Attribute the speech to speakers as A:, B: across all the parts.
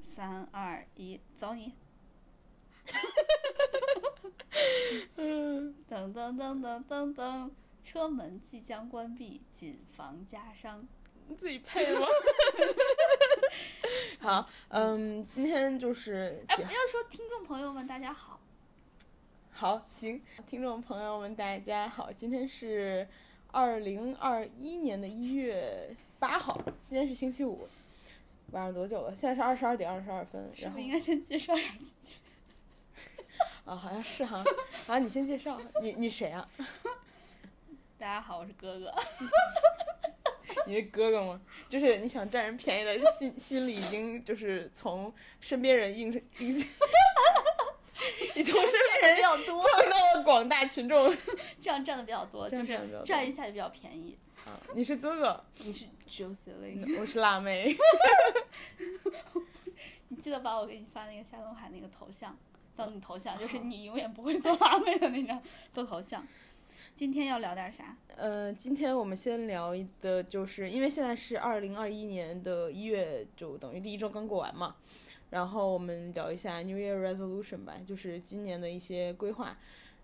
A: 三二一，走你！
B: 嗯
A: 噔噔噔噔噔噔，车门即将关闭，谨防夹伤。
B: 你自己配吗？ 好，嗯，今天就是
A: 哎，
B: 这
A: 要
B: 样
A: 说听众朋友们，大家好，
B: 好行，听众朋友们，大家好，今天是二零二一年的一月八号，今天是星期五，晚上多久了？现在是二十二点二十二分，
A: 是
B: 然
A: 不
B: 后
A: 是应该先介绍一下？
B: 啊，好像是哈，啊，你先介绍，你你谁啊？
A: 大家好，我是哥哥。
B: 你是哥哥吗？就是你想占人便宜的心心里已经就是从身边人映映， 你从身边
A: 人比较多，
B: 照到了广大群众。
A: 这样占的比较多，就
B: 这样占得比较
A: 是
B: 多
A: 占一下就比较便宜。
B: 啊你是哥哥，
A: 你是 Joseline，
B: 我是辣妹。
A: 你记得把我给你发那个夏东海那个头像当你头像，就是你永远不会做辣妹的那张做头像。今天要聊点啥？
B: 呃，今天我们先聊的就是，因为现在是二零二一年的一月，就等于第一周刚过完嘛。然后我们聊一下 New Year Resolution 吧，就是今年的一些规划。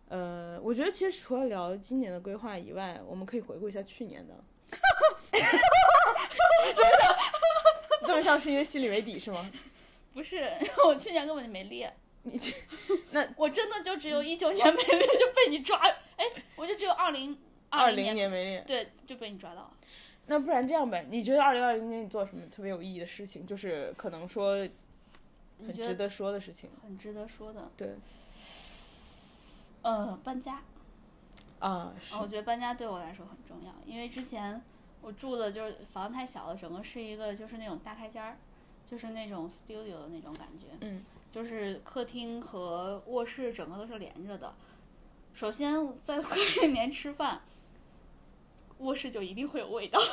B: 呃，我觉得其实除了聊今年的规划以外，我们可以回顾一下去年的。这么像，这么像是因为心里没底是吗？
A: 不是， 我去年根本就没列，
B: 你去
A: 我真的就只有一九年没列就被你抓，哎，我就只有二零
B: 二
A: 零
B: 零年没练，
A: 对就被你抓到了。
B: 那不然这样呗？你觉得二零二零年你做了什么特别有意义的事情？就是可能说
A: 你
B: 很
A: 觉
B: 值
A: 得
B: 得说的事情。
A: 很值得说的，
B: 对
A: 呃，搬家，
B: 啊，是
A: 我觉得搬家对我来说很重要，因为之前我住的就是房子太小了，整个是一个就是那种大开间儿，就是那种 studio 的那种感觉，
B: 嗯，
A: 就是客厅和卧室整个都是连着的。首先在过年年吃饭，卧室就一定会有味道，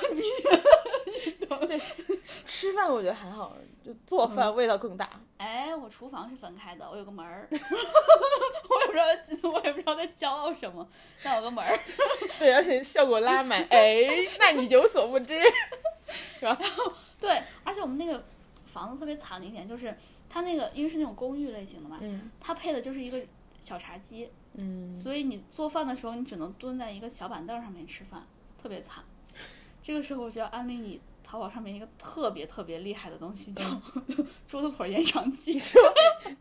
B: 吃饭我觉得还好，就做饭味道更大。
A: 哎，我厨房是分开的，我有个门儿， 我也不知道，我也不知道在骄傲什么，但有个门儿。
B: 对，而且效果拉 满。哎，那你有所不知，
A: 对，而且我们那个房子特别惨的一点就是，它那个因为是那种公寓类型的嘛，
B: 嗯
A: 它配的就是一个小茶几，
B: 嗯，
A: 所以你做饭的时候你只能蹲在一个小板凳上面吃饭，特别惨。这个时候我就要安利你淘宝上面一个特别特别厉害的东西，叫
B: 嗯
A: 桌子腿儿延长器。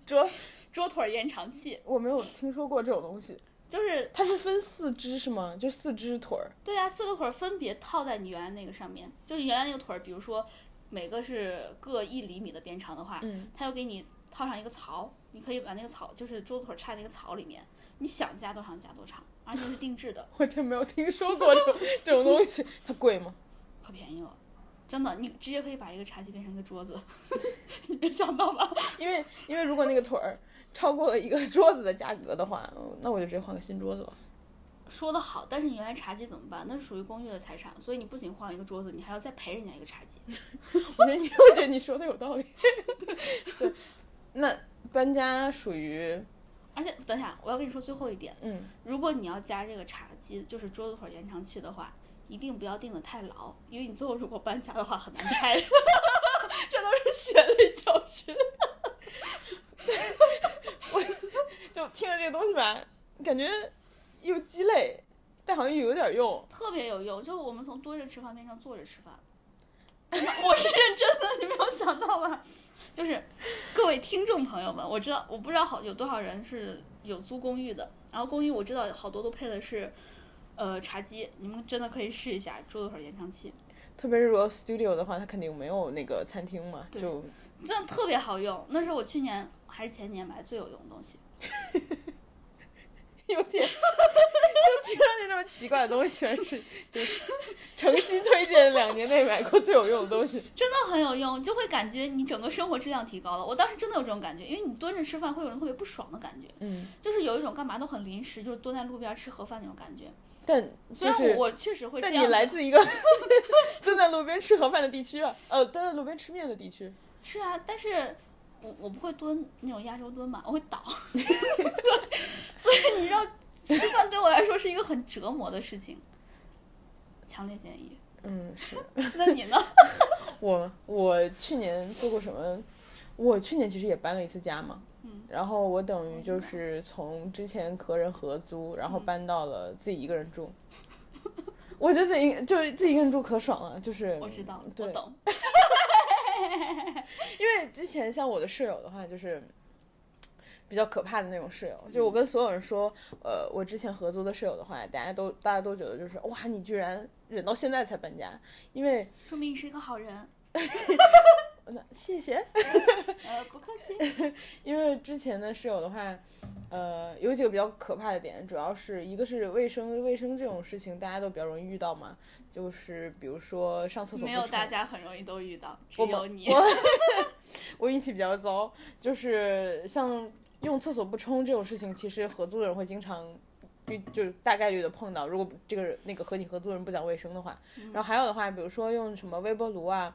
B: 这
A: 桌腿儿延长器
B: 我没有听说过这种东西。
A: 就是
B: 它是分四肢是吗？就四肢腿儿。
A: 对啊，四个腿儿分别套在你原来那个上面，就是原来那个腿儿，比如说每个是各一厘米的边长的话，
B: 嗯，
A: 它又给你套上一个槽，你可以把那个槽就是桌子腿儿插在那个槽里面，你想加多长加多长，而且是定制的，
B: 我真没有听说过这种这种东西。 它贵吗？
A: 可便宜了。真的，你直接可以把一个茶几变成一个桌子， 你没想到吧？
B: 因为因为如果那个腿儿超过了一个桌子的价格的话，那我就直接换个新桌子吧。
A: 说的好，但是你原来茶几怎么办？那是属于公寓的财产，所以你不仅换了一个桌子，你还要再赔人家一个茶几。
B: 我觉得你， 我觉得你说的有道理。 对，那搬家属于
A: 而且，等一下，我要跟你说最后一点，
B: 嗯
A: 如果你要加这个茶几，就是桌子腿儿延长器的话，一定不要定的太牢，因为你最后如果搬家的话很难 拆。这都是血泪教训。
B: 就听了这个东西吧，感觉又鸡肋，但好像又有点用。
A: 特别有用，就是我们从蹲着吃饭变成坐着吃饭。我是认真的，你没有想到吧？就是各位听众朋友们，我知道我不知道好有多少人是有租公寓的，然后公寓我知道好多都配的是呃茶几，你们真的可以试一下桌子腿延长器，
B: 特别是如果 studio 的话，它肯定没有那个餐厅嘛，
A: 对
B: 就
A: 真的特别好用。那是我去年还是前年买的最有用的东西。
B: 有点 就听上去这么奇怪的东西，全是就是诚心推荐两年内买过最有用的东西。
A: 真的很有用，就会感觉你整个生活质量提高了。我当时真的有这种感觉，因为你蹲着吃饭会有人特别不爽的感觉，
B: 嗯，
A: 就是有一种干嘛都很临时，就是蹲在路边吃盒饭那种感觉。
B: 但
A: 虽
B: 就
A: 然
B: 是
A: 我我确实会这
B: 但
A: 样
B: 你
A: 子，
B: 来自一个 蹲在路边吃盒饭的地区啊，呃，蹲在路边吃面的地区。
A: 是啊，但是我我不会蹲那种压轴蹲嘛，我会倒， 所以所以你知道，吃饭对我来说是一个很折磨的事情，强烈建议。
B: 嗯，是
A: 那你呢？
B: 我我去年做过什么？我去年其实也搬了一次家嘛，
A: 嗯，
B: 然后我等于就是从之前和人合租，然后
A: 嗯
B: 搬到了自己一个人住。 我觉得自己就是自己一个人住可爽了，就是
A: 我知道，
B: 对
A: 我，懂，
B: 因为之前像我的舍友的话，就是比较可怕的那种室友。
A: 嗯
B: 就我跟所有人说，呃，我之前合租的室友的话，大家都大家都觉得就是哇，你居然忍到现在才搬家，因为
A: 说明你是一个好人。
B: 那谢谢，
A: 呃，不客气。
B: 因为之前的室友的话，呃，有几个比较可怕的点，主要是一个是卫生，卫生这种事情大家都比较容易遇到嘛，就是比如说上厕所不
A: 没有，
B: 冲
A: 大家很容易都遇到，只
B: 我
A: 有
B: 们
A: 你。
B: 我 我运气比较糟，就是像用厕所不冲这种事情，其实合租的人会经常。就就大概率的碰到，如果这个人那个和你合租的人不讲卫生的话，
A: 嗯
B: 然后还有的话，比如说用什么微波炉啊，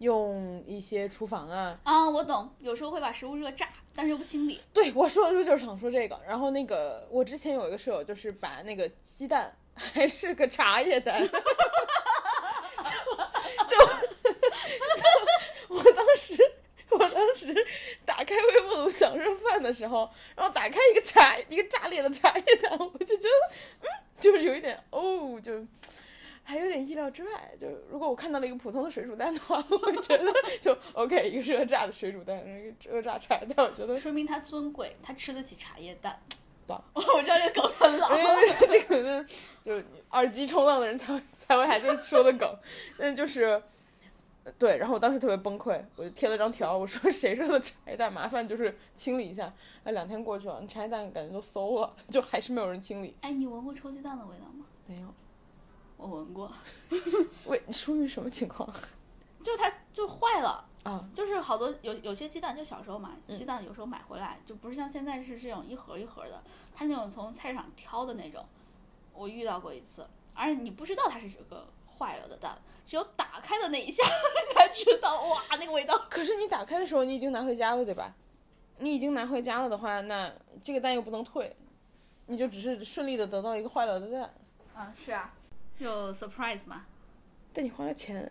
B: 用一些厨房啊，
A: 啊，我懂，有时候会把食物热炸，但是又不清理。
B: 对，我说的时候就是想说这个。然后那个，我之前有一个舍友，就是把那个鸡蛋还是个茶叶蛋， 就就就我当时我当时打开微波炉想热饭的时候，然后打开一个茶一个炸裂的茶叶蛋，我就觉得嗯，就是有一点哦，就。还有点意料之外，就如果我看到了一个普通的水煮蛋的话，我会觉得就 OK，一个热炸的水煮蛋，然后一个热炸茶叶蛋，我觉得
A: 说明他尊贵，他吃得起茶叶蛋。
B: 棒
A: 我知道这个梗很 老。
B: 因为这可能就耳机冲浪的人才会才会还在说的梗， 但就是呃对，然后我当时特别崩溃，我就贴了张条，我说谁说的茶叶蛋麻烦就是清理一下，哎，两天过去了，茶叶蛋感觉都馊了，就还是没有人清理，
A: 哎，你闻过臭鸡蛋的味道吗？
B: 没有，
A: 我闻过，
B: 喂， 出于什么情况
A: 就是它就坏了。
B: 啊？
A: 就是好多有有些鸡蛋，就小时候嘛，
B: 嗯
A: 鸡蛋有时候买回来就不是像现在是这种一盒一盒的，它是那种从菜市场挑的那种，我遇到过一次，而且你不知道它是这个坏了的蛋，只有打开的那一下才知道，哇，那个味道。
B: 可是你打开的时候你已经拿回家了，对吧？你已经拿回家了的话，那这个蛋又不能退，你就只是顺利的得到了一个坏了的蛋，
A: 嗯，是啊，就 surprise 嘛，
B: 但你花了钱。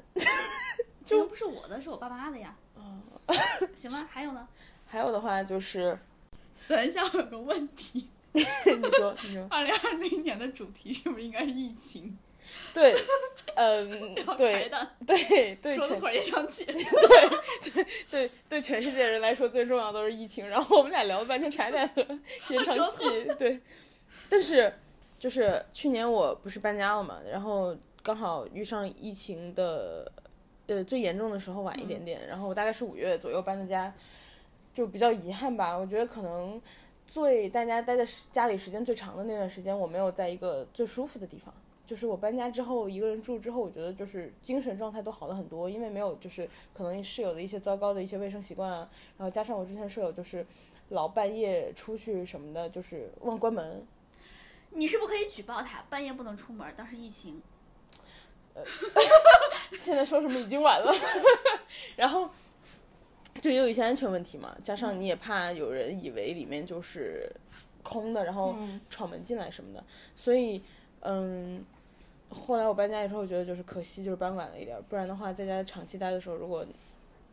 A: 这又不是我的，是我爸妈的呀。哦， 行吧，还有呢？
B: 还有的话就是，
A: 等一下，我有个问题，
B: 你说，你说。
A: 二零二零年的主题是不是应该是疫情？
B: 对，嗯
A: 然后，柴
B: 对
A: 蛋，
B: 对对
A: 桌子
B: 全
A: 腿也上去。
B: 对对全世界人来说最重要都是疫情。然后我们俩聊了半天柴蛋和延长器，对。但是就是去年我不是搬家了嘛，然后刚好遇上疫情的呃最严重的时候晚一点点，然后我大概是五月左右搬的家，就比较遗憾吧。我觉得可能最大家待在时家里时间最长的那段时间，我没有在一个最舒服的地方。就是我搬家之后，一个人住之后，我觉得就是精神状态都好了很多，因为没有就是可能室友的一些糟糕的一些卫生习惯啊，然后加上我之前舍友就是老半夜出去什么的，就是忘关门，
A: 你是不可以举报他，半夜不能出门，当时疫情。
B: 现在说什么已经晚了， 然后就也有一些安全问题嘛，加
A: 嗯
B: 上你也怕有人以为里面就是空的，然后
A: 嗯
B: 闯门进来什么的，所以嗯，后来我搬家以后，我觉得就是可惜，就是搬晚了一点儿，不然的话，在家长期待的时候，如果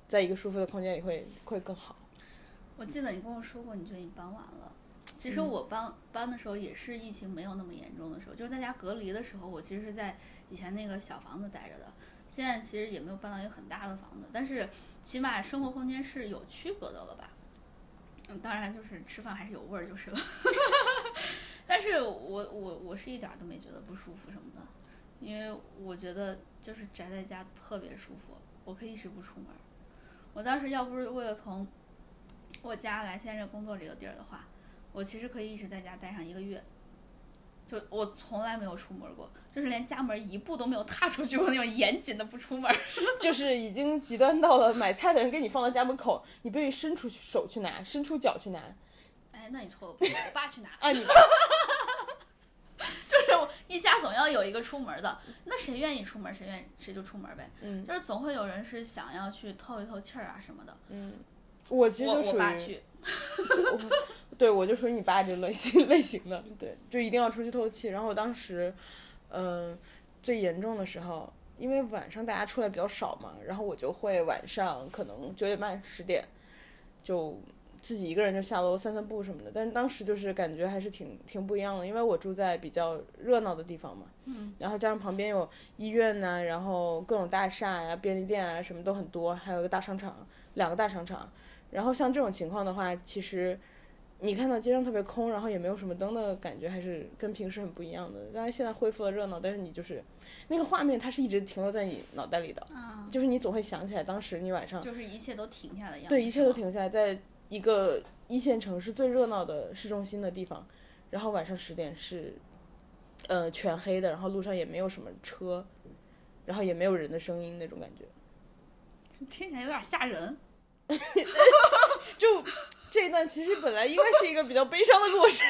B: 在一个舒服的空间里会会更好。
A: 我记得你跟我说过，你觉得你搬晚了。其实我搬、搬的时候也是疫情没有那么严重的时候，就是在家隔离的时候，我其实是在以前那个小房子待着的。现在其实也没有搬到一个很大的房子，但是起码生活空间是有区隔的了吧？嗯，当然就是吃饭还是有味儿就是了。 但是我我我是一点儿都没觉得不舒服什么的，因为我觉得就是宅在家特别舒服，我可以一直不出门儿。我当时要不是为了从我家来现在这工作这个地儿的话，我其实可以一直在家待上一个月。就我从来没有出门过，就是连家门一步都没有踏出去过那种严谨的不出门。
B: 就是已经极端到了买菜的人给你放到家门口，你必须伸出手去拿，伸出脚去拿
A: 哎，那你错了，不是我爸去拿，
B: 啊！你
A: 就是我一家总要有一个出门的，那谁愿意出门，谁愿意谁就出门呗。
B: 嗯
A: 就是总会有人是想要去透一透气儿啊什么的。
B: 嗯，我其实
A: 我
B: 就
A: 我
B: 属
A: 爸
B: 于
A: 去，
B: 我对我就属于你爸这类型 类型的，对，就一定要出去透气。然后我当时，嗯、最严重的时候，因为晚上大家出来比较少嘛，然后我就会晚上可能九点半十点，就自己一个人就下楼散散步什么的。但是当时就是感觉还是挺挺不一样的，因为我住在比较热闹的地方嘛，
A: 嗯，
B: 然后加上旁边有医院呐、然后各种大厦呀、便利店啊什么都很多，还有个大商场，两个大商场。然后像这种情况的话，其实你看到街上特别空，然后也没有什么灯的感觉，还是跟平时很不一样的。当然现在恢复了热闹，但是你就是那个画面，它是一直停留在你脑袋里的，
A: 啊，
B: 就是你总会想起来当时你晚上
A: 就是一切都停下来一样。
B: 嗯对一切都
A: 是吧。
B: 停下来，在一个一线城市最热闹的市中心的地方，然后晚上十点是呃全黑的，然后路上也没有什么车，然后也没有人的声音那种感觉，
A: 听起来有点吓人。
B: 就。这一段其实本来应该是一个比较悲伤的故事，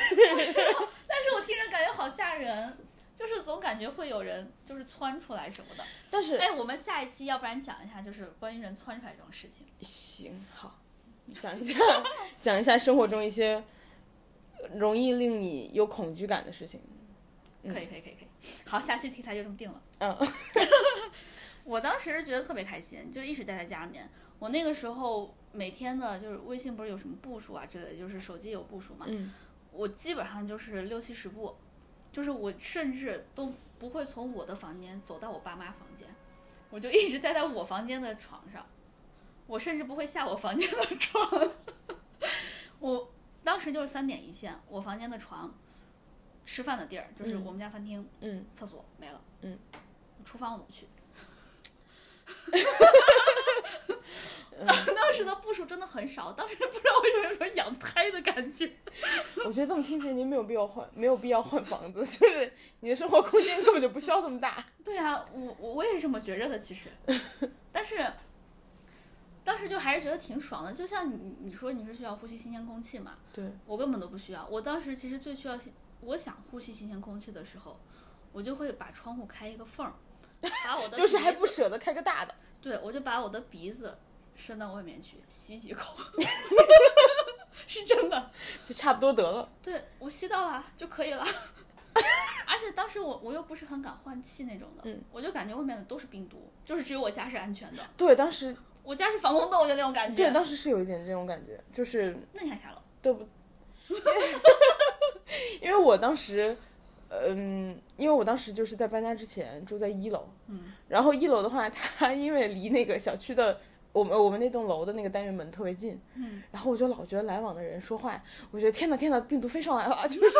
A: 但是我听着感觉好吓人，就是总感觉会有人就是窜出来什么的。
B: 但是
A: 哎，我们下一期要不然讲一下，就是关于人窜出来这种事情。
B: 行，好，讲一下讲一下生活中一些容易令你有恐惧感的事情。嗯
A: 可以，可以，可以，可以。好，下期题材就这么定了。
B: 嗯，
A: 我当时觉得特别开心，就一直待在家里面。我那个时候每天的，就是微信不是有什么步数啊之类的，就是手机有步数嘛，
B: 嗯，
A: 我基本上就是六七十步，就是我甚至都不会从我的房间走到我爸妈房间，我就一直待在我房间的床上，我甚至不会下我房间的床。 我当时就是三点一线，我房间的床，吃饭的地儿就是
B: 嗯
A: 我们家饭厅，
B: 嗯，
A: 厕所没了，
B: 嗯，
A: 厨房我怎么 去？当时的步数真的很少，当时不知道为什么有种养胎的感觉。
B: 我觉得这么听起来，您没有必要换，没有必要换房子，就是你的生活空间根本就不需要这么大。
A: 对啊，我我我也是这么觉着的，其实， 但是当时就还是觉得挺爽的。就像你你说你是需要呼吸新鲜空气嘛，
B: 对，
A: 我根本都不需要。我当时其实最需要新，我想呼吸新鲜空气的时候，我就会把窗户开一个缝儿，把 我的
B: 就是还
A: 鼻
B: 不
A: 子
B: 舍得开个大的。
A: 对，我就把我的鼻子伸到外面去吸几 口，是真的。
B: 就差不多得了，
A: 对我吸到了就可以了。 而且当时我我又不是很敢换气那种的，
B: 嗯
A: 我就感觉外面的都是病毒，就是只有我家是安全的，
B: 对，当时
A: 我家是防空洞，就那种感觉。
B: 对当时是有一点这种感觉，就是
A: 那你还下楼？
B: 对 不？因为我当时，嗯，因为我当时就是在搬家之前住在一楼，
A: 嗯，
B: 然后一楼的话，它 因为离那个小区的我们我们那栋楼的那个单元门特别近，
A: 嗯，
B: 然后我就老觉得来往的人说话，我觉得天呐天呐，病毒飞上来了，就是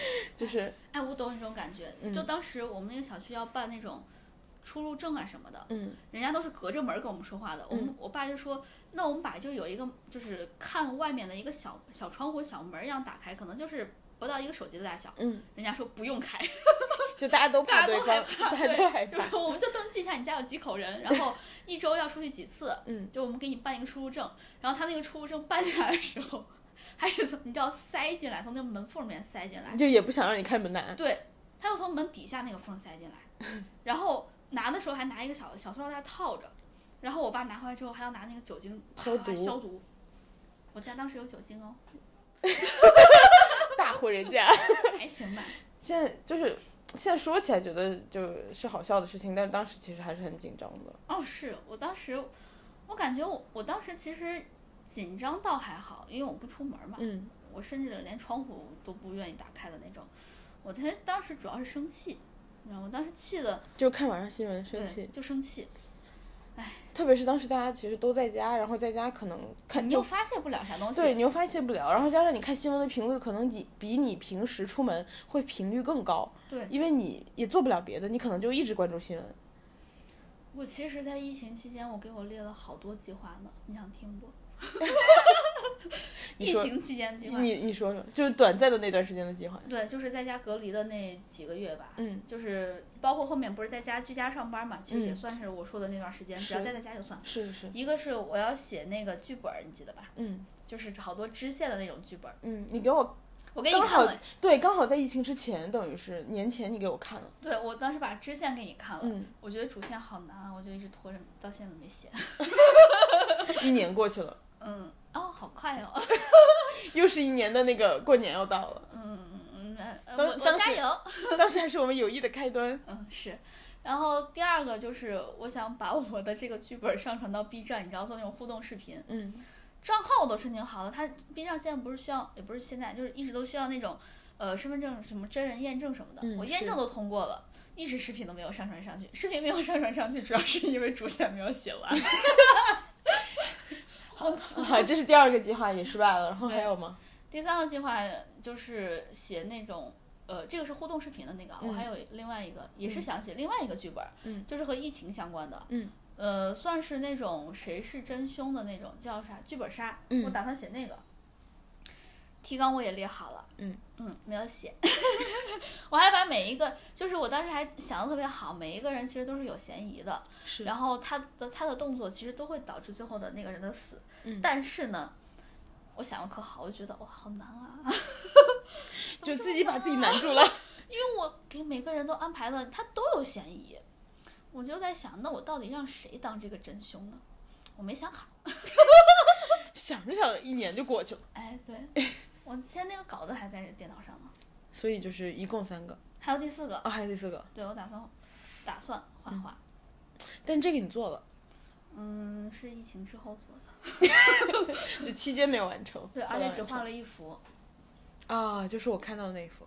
B: 就是
A: 哎，我懂你这种感觉。
B: 嗯
A: 就当时我们那个小区要办那种出入证啊什么的，
B: 嗯
A: 人家都是隔着门跟我们说话的。我们我爸就说，那我们把就有一个就是看外面的一个小小窗户小门一样打开，可能就是不到一个手机的大小。
B: 嗯，
A: 人家说不用 开。
B: 就大家都
A: 大家
B: 怕 对
A: 都害
B: 方，
A: 怕，
B: 大家都害
A: 就
B: 怕，
A: 是我们就登记一下你家有几口人，然后一周要出去几次，
B: 嗯，
A: 就我们给你办一个出入证，然后他那个出入证办下来的时候，还是从你知道塞进来，从那个门缝里面塞进来，
B: 就也不想让你开门拿，
A: 对，他又从门底下那个缝塞进来， 然后拿的时候还拿一个小小塑料袋套着，然后我爸拿回来之后还要拿那个酒精啪
B: 消
A: 啪啪
B: 毒
A: 消毒，我家当时有酒精 哦，
B: 大户人家。
A: 还行吧，
B: 现在就是现在说起来觉得就是好笑的事情，但是当时其实还是很紧张的。
A: 哦，是我当时，我感觉我我当时其实紧张倒还好，因为我不出门嘛，
B: 嗯，
A: 我甚至连窗户都不愿意打开的那种。我其实当时主要是生气，你知道吗，我当时气的，
B: 就看晚上新闻
A: 对
B: 生气，
A: 就生气，
B: 特别是当时大家其实都在家，然后在家可能看
A: 你又
B: 就
A: 发泄不了啥东西。
B: 对，你又发泄不了，然后加上你看新闻的频率，可能你比你平时出门会频率更高，
A: 对
B: 因为你也做不了别的，你可能就一直关注新闻。
A: 我其实，在疫情期间，我给我列了好多计划呢，你想听 不？
B: 你
A: 疫
B: 说
A: 情期间计划，
B: 你你说说，就是短暂的那段时间的计划。
A: 对，就是在家隔离的那几个月吧。
B: 嗯，
A: 就是包括后面不是在家居家上班嘛，其实也
B: 嗯
A: 算是我说的那段时间，只
B: 是
A: 要待在家就算。
B: 嗯是是，
A: 一个是我要写那个剧本儿，你记得吧？
B: 嗯
A: 就是好多支线的那种剧本儿。
B: 嗯，你给我
A: 我给你
B: 刚
A: 看
B: 好
A: 了，
B: 对，刚好在疫情之前，等于是年前你给我看了。
A: 对我当时把支线给你看了，
B: 嗯，
A: 我觉得主线好难啊，我就一直拖着，到现在都没写。
B: 一年过去了，
A: 嗯，哦，好快哦。
B: 又是一年的那个过年要到了，
A: 嗯嗯嗯，呃
B: 当
A: 我我
B: 当
A: 加
B: 时
A: 油。
B: 当时还是我们友谊的开端。
A: 嗯，是。然后第二个就是，我想把我的这个剧本上传到 B 站，你知道做那种互动视频，
B: 嗯，
A: 账号都申请好了，它 B 站现在不是需要，也不是现在，就是一直都需要那种呃身份证什么真人验证什么的，
B: 嗯
A: 我验
B: 是
A: 证都通过了。一直视频都没有上传上去，视频没有上传上去，主要是因为主线没有写完，荒唐。
B: 啊，这是第二个计划也失败了，然后还有吗？
A: 第三个计划就是写那种，呃，这个是互动视频的那个啊，
B: 嗯
A: 我还有另外一个也是想写另外一个剧本，
B: 嗯，
A: 就是和疫情相关的，
B: 嗯，
A: 呃，算是那种谁是真凶的那种叫啥剧本杀，
B: 嗯
A: 我打算写那个，提纲我也列好了，
B: 嗯
A: 嗯，没有写， 我还把每一个，就是我当时还想的特别好，每一个人其实都是有嫌疑的，
B: 是
A: 然后他的他的动作其实都会导致最后的那个人的死。
B: 嗯
A: 但是呢，我想的可好，我就觉得哇，好难啊！
B: 就自己把自己难住了。
A: 因为我给每个人都安排了，他都有嫌疑，我就在想，那我到底让谁当这个真凶呢？我没想好。
B: 想着想着，一年就过去了。
A: 哎， 对，我现在那个稿子还在电脑上呢，
B: 所以就是一共三个
A: 还有第四个，
B: 啊，还有第四个，
A: 对我打算打算画画，
B: 但这个你做了，
A: 嗯，是疫情之后做的，
B: 就期间没有完成。
A: 对，而且只画了一幅。
B: 啊，就是我看到那一幅。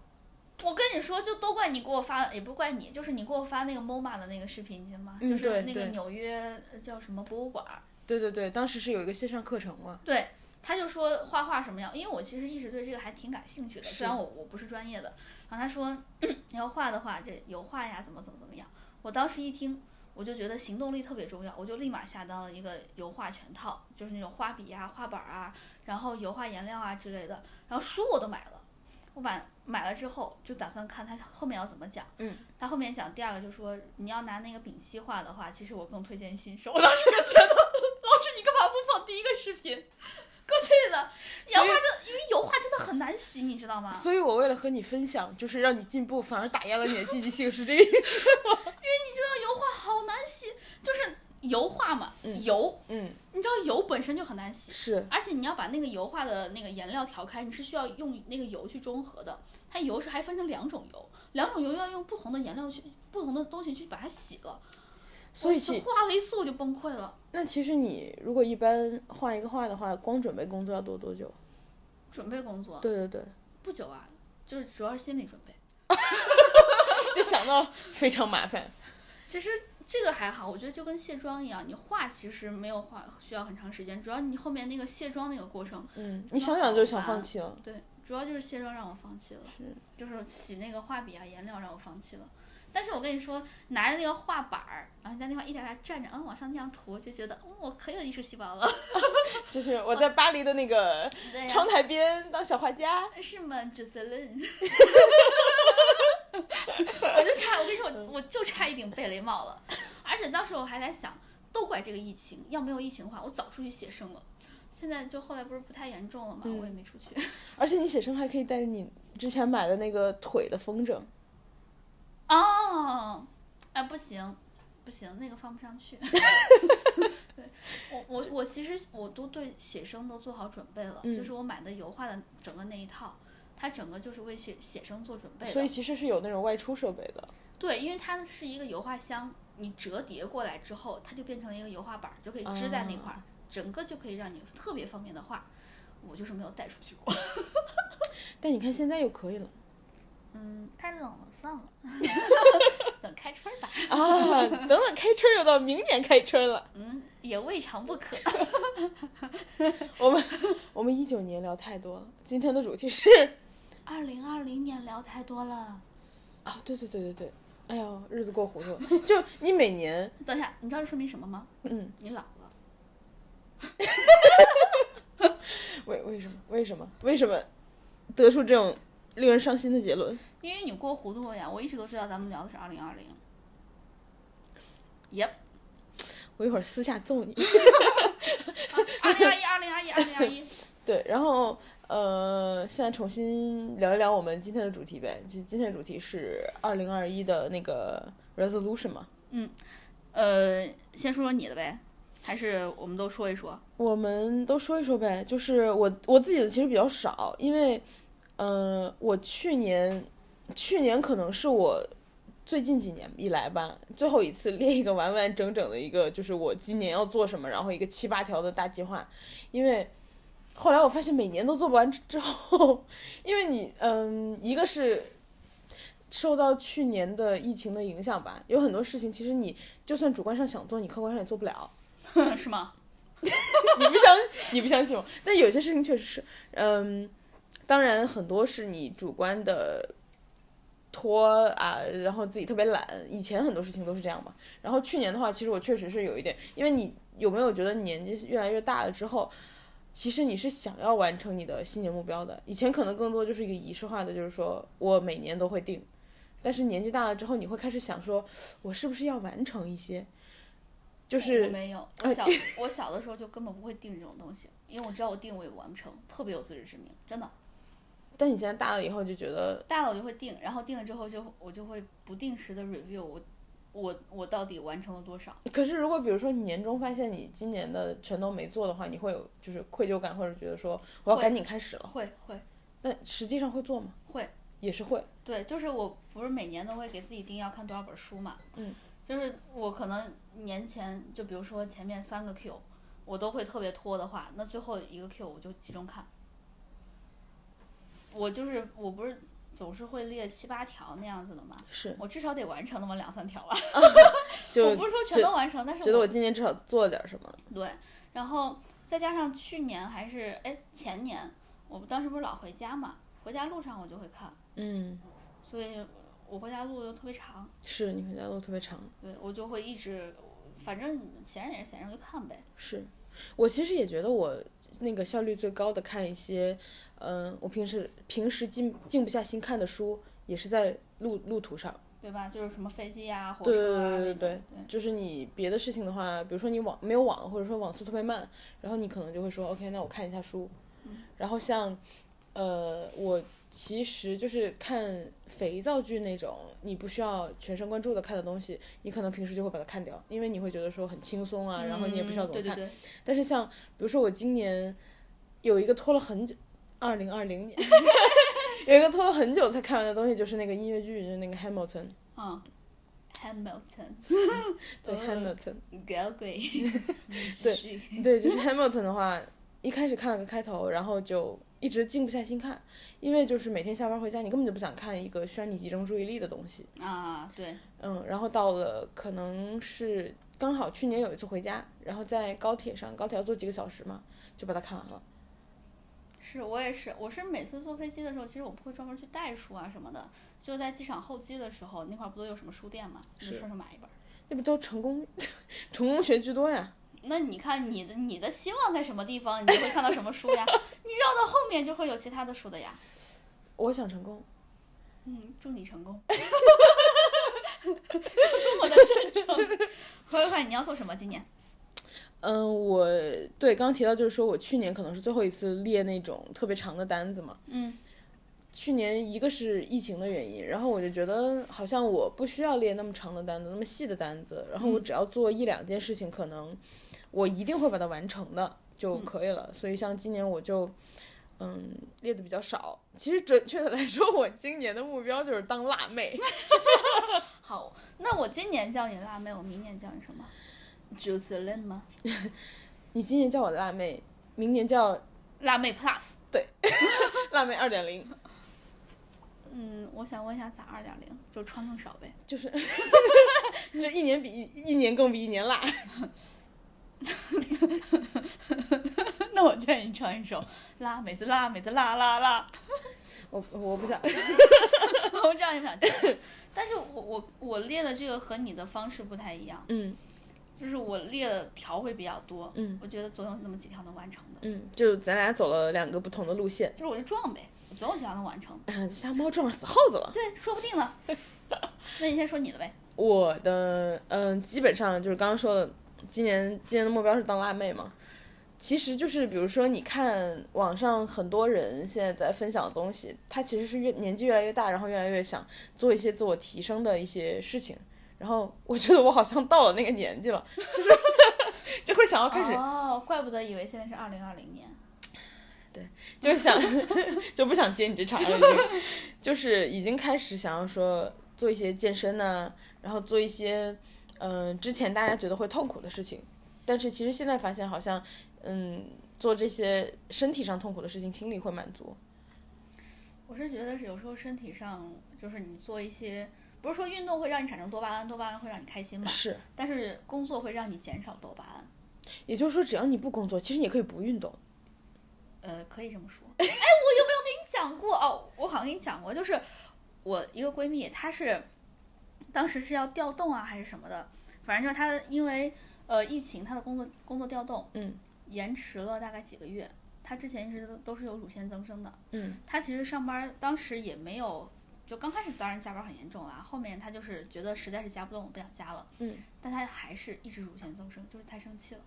A: 我跟你说，就都怪你给我发，也不怪你，就是你给我发那个 MoMA 的那个视频，你信吗？
B: 嗯
A: 就是
B: 对
A: 那个
B: 对
A: 纽约呃叫什么博物馆儿，
B: 对对对，当时是有一个线上课程嘛，
A: 对，他就说画画什么样，因为我其实一直对这个还挺感兴趣的，
B: 是
A: 虽然我我不是专业的。然后他说 你要画的话，这油画呀，怎么怎么怎么样。我当时一听，我就觉得行动力特别重要，我就立马下单了一个油画全套，就是那种画笔啊、画板啊，然后油画颜料啊之类的。然后书我都买了，我把买了之后就打算看他后面要怎么讲。
B: 嗯，
A: 他后面讲第二个就说你要拿那个丙烯画的话，其实我更推荐新手。我 当时就觉得，老师你干嘛不放第一个视频？过去了，油
B: 所
A: 画
B: 以
A: 真因为油画真的很难洗，你知道吗？
B: 所以我为了和你分享，就是让你进步，反而打压了你的积极性，是这个。
A: 你知道油画好难洗，就是油画嘛，
B: 嗯
A: 油，
B: 嗯，
A: 你知道油本身就很难洗，
B: 是
A: 而且你要把那个油画的那个颜料调开，你是需要用那个油去中和的。它油是还分成两种油，两种油要用不同的颜料去不同的东西去把它洗了。
B: 所以
A: 我
B: 其
A: 画了一次我就崩溃了，
B: 那其实你如果一般画一个画的话，光准备工作要多多久？
A: 准备工作
B: 对对对，
A: 不久啊，就是主要是心理准备。
B: 就想到非常麻烦。
A: 其实这个还好，我觉得就跟卸妆一样，你画其实没有画需要很长时间，主要你后面那个卸妆那个过程，
B: 嗯，你想想就想放弃了。
A: 对，主要就是卸妆让我放弃了，
B: 是
A: 就是洗那个画笔啊颜料让我放弃了。但是我跟你说，拿着那个画板儿，然后在那块一点点站着，嗯，往上那样涂，就觉得，嗯，我可有艺术细胞了。
B: 就是我在巴黎的那个
A: 对呀、
B: 窗台边当小画家。
A: 是吗 j u s e l i n 我就差，我跟你说，我我就差一顶贝雷帽了。而且当时我还在想，都怪这个疫情，要没有疫情的话，我早出去写生了。现在就后来不是不太严重了嘛，
B: 嗯
A: 我也没出去。
B: 而且你写生还可以带着你之前买的那个腿的风筝，
A: 哦，哎，不行，不行，那个放不上 去。对我我我其实我都对写生都做好准备了，
B: 嗯
A: 就是我买的油画的整个那一套，它整个就是为写写生做准备的。
B: 所以其实是有那种外出设备的。
A: 对，因为它是一个油画箱，你折叠过来之后，它就变成了一个油画板儿，就可以支在那块儿，
B: 哦
A: 整个就可以让你特别方便的画。我就是没有带出去过。
B: 但你看现在又可以了
A: 嗯，太冷了，算了， 等开春儿吧。
B: 啊！等等开春又到明年开春了，
A: 嗯，也未尝不可。
B: 我们一九年聊太多了，今天的主题 是
A: 二零二零年聊太多了。
B: 啊，对对对对对，哎呦，日子过糊涂了。就你每 年，
A: 等一下，你知道这说明什么吗？
B: 嗯，
A: 你老了。
B: 为为什么为什么为什么得出这种令人伤心的结论？
A: 因为你过糊涂了呀，我一直都知道咱们聊的是二零二 零。Yep，
B: 我一会儿私下揍你。
A: 二零二一，二零二一，二零二一。
B: 对，然后呃，现在重新聊一聊我们今天的主题呗。就今天的主题是二零二一的那个 resolution 嘛。
A: 呃，先说说你的呗，还是我们都说一说？
B: 我们都说一说呗，就是我我自己的其实比较少，因为，呃，我去年去年可能是我最近几年以来吧，最后一次列一个完完整整的一个，就是我今年要做什么，然后一个七八条的大计划，因为后来我发现每年都做不完之之后，因为你，嗯，一个是受到去年的疫情的影响吧，有很多事情其实你就算主观上想做，你客观上也做不了。
A: 是吗？
B: 你不相你不相信我？但有些事情确实是，嗯，当然很多是你主观的拖啊，然后自己特别懒。以前很多事情都是这样嘛。然后去年的话，其实我确实是有一点，因为你有没有觉得你年纪越来越大了之后，其实你是想要完成你的新年目标的。以前可能更多就是一个仪式化的，就是说我每年都会定。但是年纪大了之后，你会开始想说，我是不是要完成一些？就
A: 我
B: 是
A: 没有，我小我小的时候就根本不会定这种东西，因为我知道我定我也完不成，特别有自知之明，真的。
B: 但你现在大了以后就觉得，
A: 大了我就会定，然后定了之后就我就会不定时的 review 我我我到底完成了多少。
B: 可是，如果比如说你年终发现你今年的全都没做的话，你会有就是愧疚感，或者觉得说我要
A: 会
B: 赶紧开始了。
A: 会会
B: 那实际上会做吗？
A: 会，
B: 也是会。
A: 对，就是我不是每年都会给自己定要看多少本书嘛，
B: 嗯，
A: 就是我可能年前就比如说前面三个 Q 我都会特别拖的话，那最后一个 Q 我就集中看。我就是我不是总是会列七八条那样子的嘛，
B: 是，
A: 我至少得完成那么两三条吧。
B: 就
A: 我不是说全都完成，但是
B: 觉得我今年至少做了点什么。
A: 对，然后再加上去年还是哎前年，我当时不是老回家嘛，回家路上我就会看，
B: 嗯，
A: 所以我回家路就特别长，
B: 是你回家路特别长。
A: 对我就会一直，反正闲着也是闲着就看呗。
B: 是我其实也觉得我那个效率最高的看一些，嗯、我平时平时静静不下心看的书，也是在路路途上。
A: 对吧？就是什么飞机啊、火
B: 对
A: 车啊那
B: 对对对
A: 种对
B: 就是你别的事情的话，比如说你网没有网，或者说网速特别慢，然后你可能就会说 OK，那我看一下书。
A: 嗯
B: 然后像，呃，我其实就是看肥皂剧那种，你不需要全神贯注的看的东西，你可能平时就会把它看掉，因为你会觉得说很轻松啊，然后你也不需要
A: 嗯
B: 怎么
A: 对
B: 看。
A: 对对，
B: 但是像比如说我今年有一个拖了很久，二零二零 年有一个拖了很久才看完的东西，就是那个音乐剧，就是那个 Hamilton，
A: 嗯，Hamilton，
B: 对、
A: 哦
B: Hamilton。
A: Girl g r e y
B: 对对，就是 Hamilton 的话，一开始看了个开头，然后就一直静不下心看，因为就是每天下班回家，你根本就不想看一个需要你集中注意力的东西。
A: 啊，对，
B: 嗯，然后到了可能是刚好去年有一次回家，然后在高铁上，高铁要坐几个小时嘛，就把它看完了。
A: 是我也是，我是每次坐飞机的时候，其实我不会专门去带书啊什么的，就是在机场候机的时候，那块儿不都有什么书店嘛，你就是顺手买一本儿。
B: 那不都成功 成功学居多呀？
A: 那你看你的你的希望在什么地方，你就会看到什么书呀？ 你绕到后面就会有其他的书的呀。
B: 我想成功，
A: 嗯，祝你成 功。跟我的真诚，快快快，你要做什么？今年
B: 嗯，我对刚刚提到就是说我去年可能是最后一次列那种特别长的单子嘛，
A: 嗯，
B: 去年一个是疫情的原因，然后我就觉得好像我不需要列那么长的单子，那么细的单子，然后我只要做一两件事情，可能我一定会把它完成的就可以了。所以像今年我就嗯列的比较少。其实准确的来说，我今年的目标就是当辣妹，
A: 好，那我今年叫你辣妹，我明年叫你什么 j u c e l i n 吗？
B: 你今年叫我辣妹，明年叫
A: 辣妹 Plus。
B: 辣妹二点零，
A: 嗯，我想问一下，咋二点零？就穿更少呗。
B: 就是就一年比一年更比一年辣。
A: 那我建议你唱一首《辣妹子辣妹子辣辣辣》。
B: 我我不想，
A: 我这样也想 接，但是我我我列的这个和你的方式不太一样，
B: 嗯
A: 就是我列的条会比较多，
B: 嗯，
A: 我觉得总有那么几条能完成的，
B: 嗯，就咱俩走了两个不同的路线。
A: 就是我就撞呗，总有几条能完成的，
B: 哎呀，这瞎猫撞上死耗子了。
A: 对，说不定 呢。那你先说你的呗，
B: 我的嗯，基本上就是刚刚说的，今年今年的目标是当辣妹嘛。其实就是比如说，你看网上很多人现在在分享的东西，他其实是越年纪越来越大，然后越来越想做一些自我提升的一些事情。然后我觉得我好像到了那个年纪了，就是 就会想要开始
A: 哦，怪不得以为现在是二零二零年，
B: 就想 就不想接你这茬了，已 经，就是已经开始想要说做一些健身呐、然后做一些嗯、呃之前大家觉得会痛苦的事情，但是其实现在发现好像嗯做这些身体上痛苦的事情，心里会满足。
A: 我是觉得是有时候身体上，就是你做一些，不是说运动会让你产生多巴胺，多巴胺会让你开 心吧，
B: 是，
A: 但是工作会让你减少多巴胺。
B: 也就是说，只要你不工作，其实也可以不运动。
A: 呃，可以这么说。 哎，我有没有跟你讲过？哦，我好像跟你讲过，就是我一个闺蜜，她是当时是要调动啊，还是什么的，反正就是她因为呃疫情，她的工作工作调动，
B: 嗯，
A: 延迟了大概几个月。她之前一直都都是有乳腺增生的，
B: 嗯，
A: 她其实上班当时也没有，就刚开始当然加班很严重啦，后面她就是觉得实在是加不动，不想加了，
B: 嗯，
A: 但她还是一直乳腺增生，就是太生气了。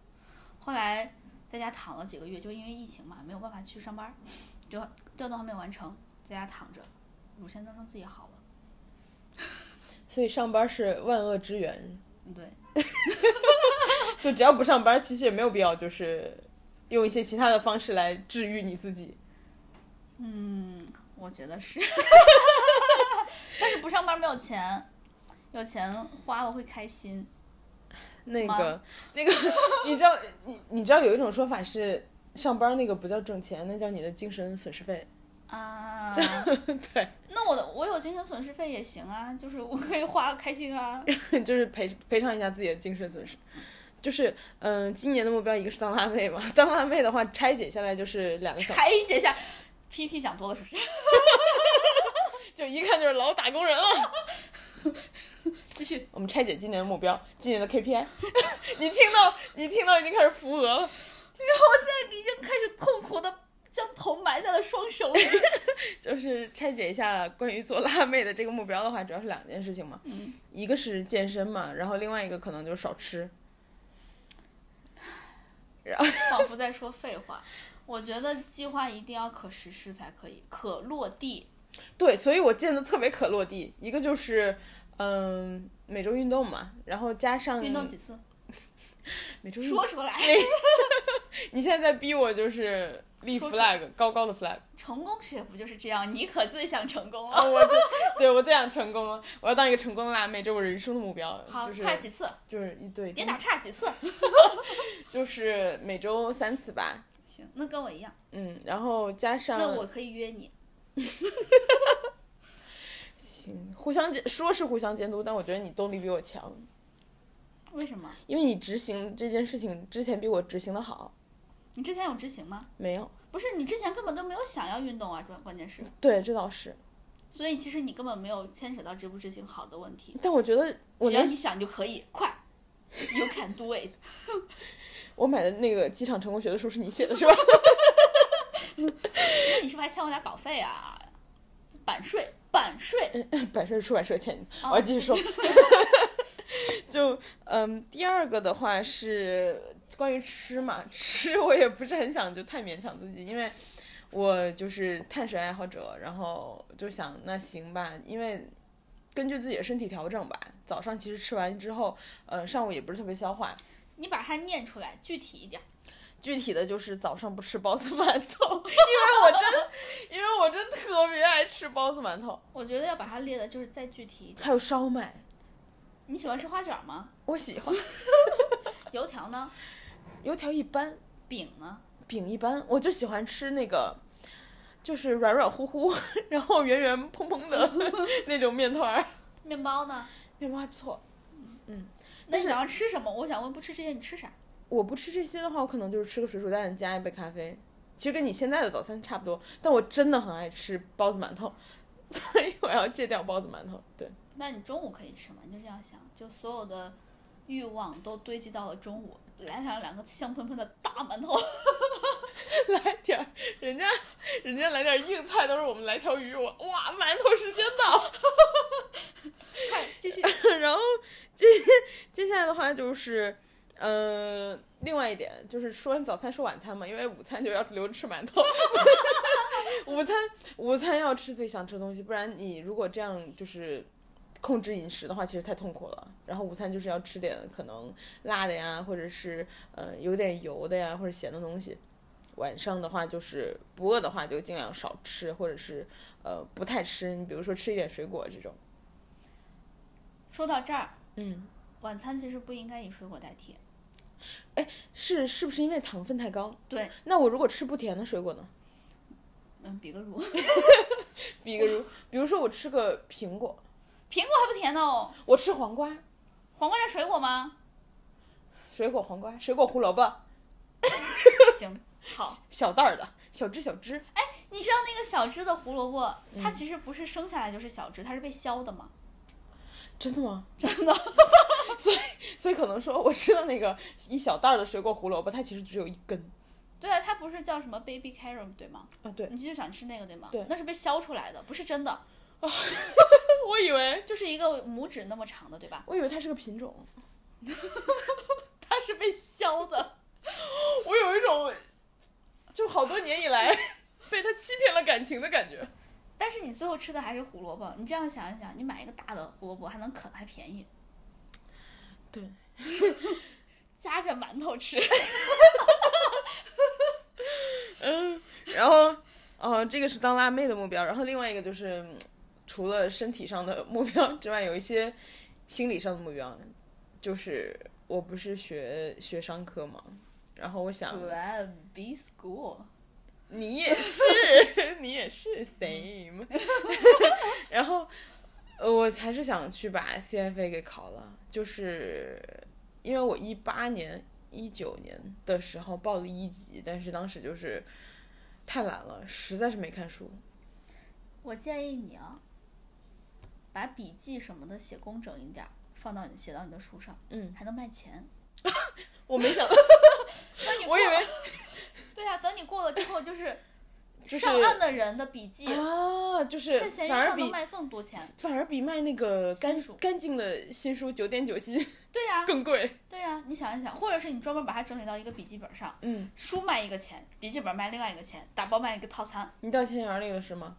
A: 后来在家躺了几个月，就因为疫情嘛，没有办法去上班，就调动还没有完成，在家躺着，乳腺增生自己好了。
B: 所以上班是万恶之源，
A: 嗯，对，
B: 就只要不上班，其实也没有必要，就是用一些其他的方式来治愈你自己。
A: 嗯，我觉得是， 但是不上班没有钱，有钱花了会开心。
B: 那个
A: 吗
B: 那个，你知道你你知道有一种说法是，上班那个不叫挣钱，那叫你的精神损失费。
A: 啊，
B: 对，
A: 那我的我有精神损失费也行啊，就是我可以花开心啊。
B: 就是赔赔偿一下自己的精神损失。就是，嗯、今年的目标一个是当辣妹嘛，当辣妹的话拆解下来就是两个小时，
A: 拆解一下，PT 讲多了是不是？
B: 就一看就是老打工人了。
A: 继续，
B: 我们拆解今年的目标，今年的 KPI。你 听到，你听到已经开始扶额了。
A: 已经开始痛苦的将头埋在了双手 里。
B: 就是拆解一下关于做辣妹的这个目标的话，主要是两件事情嘛，
A: 嗯
B: 一个是健身嘛，然后另外一个可能就是少吃。
A: 仿佛在说废话。我觉得计划一定要可实施才可以，可落地。
B: 对，所以我健的特别可落地，一个就是嗯每周运动嘛，然后加上
A: 运动几次？
B: 每周运
A: 说出来。
B: 哎你现在在逼我就是立
A: 说
B: flag 高高的 flag
A: 成功学不就是这样？你可最想成功
B: 啊，
A: 了。
B: 我就对我最想成功了，我要当一个成功的辣妹，这是我人生的目标，
A: 好，
B: 就是嗯
A: 快几次，
B: 就是一对，
A: 别打岔几次。
B: 就是每周三次吧，
A: 行，那跟我一样，
B: 嗯，然后加上
A: 那我可以约你。
B: 行，互相监说是互相监督，但我觉得你动力比我强，
A: 为什么？
B: 因为你执行这件事情之前比我执行的好。
A: 你之前有执行吗？
B: 没有，
A: 不是，你之前根本都没有想要运动啊，关关键是，
B: 对，这倒是。
A: 所以其实你根本没有牵扯到执不执行好的问题。
B: 但我觉得我
A: 只要
B: 连
A: 你想就可以，快，You can do it。
B: 我买的那个机场成功学的书是你写的是吧？
A: 那你是不是还欠我点稿费啊？版税，版税。
B: 百事出版社欠你，
A: 啊
B: 嗯我要继续说。就嗯，第二个的话是关于吃嘛，吃我也不是很想就太勉强自己，因为我就是碳水爱好者，然后就想那行吧，因为根据自己的身体调整吧。早上其实吃完之后，呃，上午也不是特别消化。
A: 你把它念出来，具体一点。
B: 具体的就是早上不吃包子馒头， 因为我真，因为我真特别爱吃包子馒头，
A: 我觉得要把它列的就是再具体一点。
B: 还有烧麦，
A: 你喜欢吃花卷吗？
B: 我喜欢。
A: 油条呢？
B: 油条一般，
A: 饼呢？
B: 饼一般，我就喜欢吃那个，就是软软乎乎， 然后圆圆蓬蓬的那种面团儿，
A: 面包呢？
B: 面包还不错。
A: 那你早上吃什么？我想问，不吃这些你吃啥？
B: 我不吃这些的话，我可能就是吃个水煮蛋加一杯咖啡，其实跟你现在的早餐差不多。但我真的很爱吃包子馒头， 所以我要戒掉包子馒头。对，
A: 那你中午可以吃吗？你就这样想，就所有的欲望都堆积到了中午，来上两个香喷喷的大馒头。
B: 来点儿，人家人家来点儿硬菜都是我们来条鱼，我哇，馒头时间到。
A: 快继续。
B: 然后接接下来的话就是，呃，另外一点就是说完早餐说晚餐嘛，因为午餐就要留着吃馒头。 午餐午餐要吃自己想吃的东西，不然你如果这样就是控制饮食的话，其实太痛苦了。然后午餐就是要吃点可能辣的呀，或者是呃有点油的呀，或者咸的东西。晚上的话就是不饿的话就尽量少吃，或者是呃不太吃。你比如说吃一点水果这种，
A: 说到这儿，
B: 嗯。
A: 晚餐其实不应该以水果代替。
B: 是是不是因为糖分太高？
A: 对，
B: 那我如果吃不甜的水果呢？
A: 嗯，比个如，苹
B: 比如，比如说我吃个苹果，
A: 果还不甜呢哦，
B: 我吃黄瓜，
A: 黄瓜叫水果吗？
B: 水果黄瓜，水果胡萝卜，
A: 行，好。
B: 小袋儿的，小只小只。
A: 你知道那个小只的胡萝卜，它其实不是生下来就是小只，它是被削的嘛。
B: 真的吗？ 真的。所以，所以可能说我吃的那个一小袋儿的水果胡萝卜，它其实只有一根
A: 对啊，它不是叫什么 baby carrot 对吗？
B: 啊。对，
A: 你就想吃那个对吗？
B: 对
A: 那是被削出来的，不是真的，
B: 我以为
A: 就是一个拇指那么长的，对吧？
B: 我以为它是个品种，
A: 它是被削的，
B: 我有一种就好多年以来 被它欺骗了感情的感觉。
A: 但是你最后吃的还是胡萝卜。你这样想一想，你买一个大的胡萝卜还能啃，还便宜。
B: 对，
A: 夹着馒头吃，
B: 然后，呃，这个是当辣妹的目标，然后另外一个就是嗯除了身体上的目标之外，有一些心理上的目标，就是我不是学学商科嘛，然后我想
A: be school。
B: 你也是， 你也是 same，然后呃我还是想去把 CFA 给考了，就是因为我一八年、一九年的时候报了一级，但是当时就是太懒了，实在是没看书。
A: 我建议你啊，把笔记什么的写工整一点儿，放到你写到你的书上，
B: 嗯，
A: 还能卖钱。
B: 我没想，
A: 等你过
B: 我以
A: 了，
B: 为
A: 对啊，等你过了之后，就是
B: 就是
A: 上岸的人的笔记，
B: 啊，就是
A: 在闲鱼
B: 反而
A: 上能
B: 比
A: 卖更多钱。
B: 反而比卖那个干
A: 新书
B: 干净的新书九点九新
A: 对啊呀、
B: 更贵。
A: 对呀、你想一想，或者是你专门把它整理到一个笔记本上，
B: 嗯，
A: 书卖一个钱，笔记本卖另外一个钱，打包卖一个套餐。
B: 你到钱眼儿里了是吗？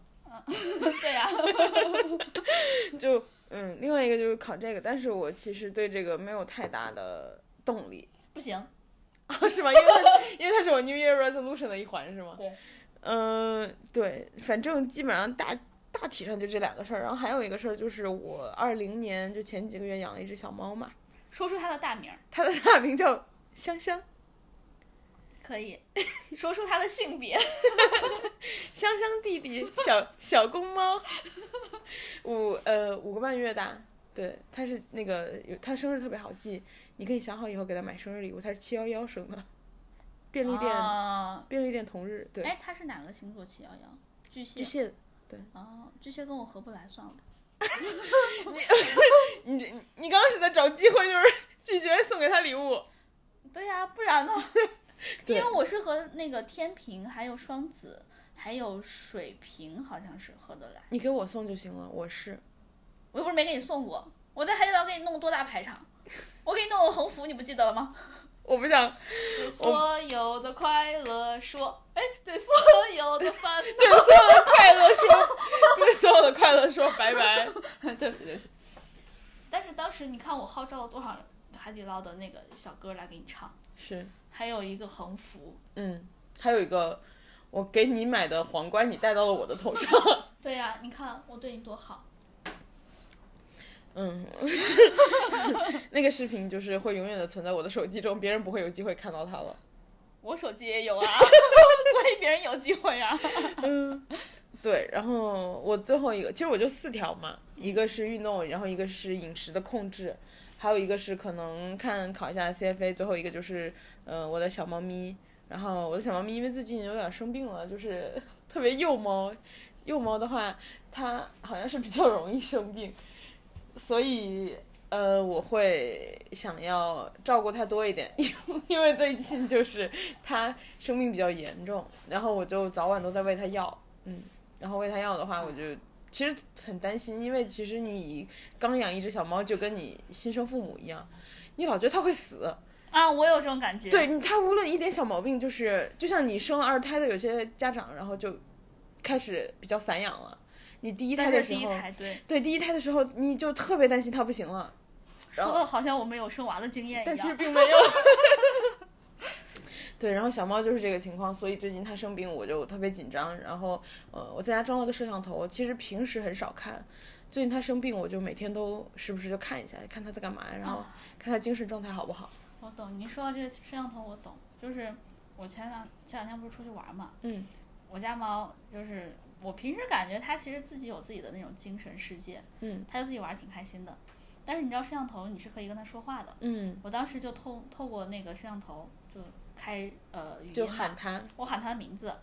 A: 对啊呀、
B: 就嗯，另外一个就是考这个，但是我其实对这个没有太大的动力，
A: 不行，
B: 是吧？因为 它是因为它是我 New Year Resolution 的一环，是吗？
A: 对，
B: 嗯、对，反正基本上大大体上就这两个事儿，然后还有一个事儿就是我二零年就前几个月养了一只小猫嘛，
A: 说出它的大名儿
B: 它的大名叫香香，
A: 可以， 说出它的性别，
B: 香香弟弟，小 小公猫，五呃五个半月大。对，它是那个有它生日特别好记，你可以想好以后给它买生日礼物。它是七幺幺生的，便利店、
A: 啊
B: 便利店同日。对，
A: 哎，它是哪个星座？七幺幺，巨蟹
B: 巨。蟹，
A: 哦，巨蟹跟我合不来，算了。
B: 你这你刚刚是在找机会，就是拒绝送给他礼物。
A: 对呀、不然呢？ 因
B: 对
A: 为我是和那个天平，还有双子，还有水瓶，好像是合得来。
B: 你给我送就行了，我是
A: 我又不是没给你送过，我在海底捞给你弄多大排场，我给你弄个横幅，你不记得了吗？
B: 我不想，
A: 对所有的快乐说，哎， 对所有的烦
B: 对所有的快乐 说，对所有的快乐说拜拜。对不起，对不起。
A: 但是当时你看我号召了多少海底捞的那个小哥来给你唱，
B: 是，
A: 还有一个横 幅。
B: 嗯，还有一个，我给你买的皇冠，你戴到了我的头上。
A: 对呀、你看我对你多好，
B: 嗯，那个视频就是会永远的存在我的手机中，别人不会有机会看到它了。
A: 我手机也有 啊，所以别人有机会啊。
B: 对，然后我最后一个，其实我就四条嘛，一个是运动，然后一个是饮食的控制，还有一个是可能看考一下 CFA，最后一个就是呃我的小猫咪，然后我的小猫咪因为最近有点生病了，就是 特别幼猫，幼猫的话它好像是比较容易生病，所以呃我会想要照顾它多一点， 因为因为最近就是它生病比较严重，然后我就早晚都在喂它药。然后喂它药的
A: 嗯
B: 话，我就其实很担心，因为其实你刚养一只小猫，就跟你新生父母一样，你老觉得它会死。
A: 啊，我有这种感觉。
B: 对你，它无论一点小毛病，就是就像你生了二胎的有些家长，然后就开始比较散养了。你第一
A: 但
B: 胎
A: 是
B: 的时
A: 第一
B: 候，
A: 胎对，
B: 对第一胎的时候，你就特别担心它不行了，然
A: 说
B: 后
A: 的好像我们有生娃的经验一
B: 但其实
A: 样。
B: 并没有。对，然后小猫就是这个情况，所以最近它生病，我就特别紧张。然后，呃，我在家装了个摄像头，其实平时很少看。最
A: 啊
B: 近它生病，我就每天都时不时就看一下，看它在干嘛，然后看它精神状态好不好。
A: 我懂，你说到这个摄像头，我懂。就是我前两前两天不是出去玩嘛，
B: 嗯，
A: 我家猫就是我平时感觉它其实自己有自己的那种精神世界，
B: 嗯，
A: 它就自己玩儿挺开心的。但是你知道摄像头你是可以跟它说话的，
B: 嗯，
A: 我当时就透透过那个摄像头就开呃语音
B: 就
A: 嘛
B: 喊他，
A: 我喊他的名字，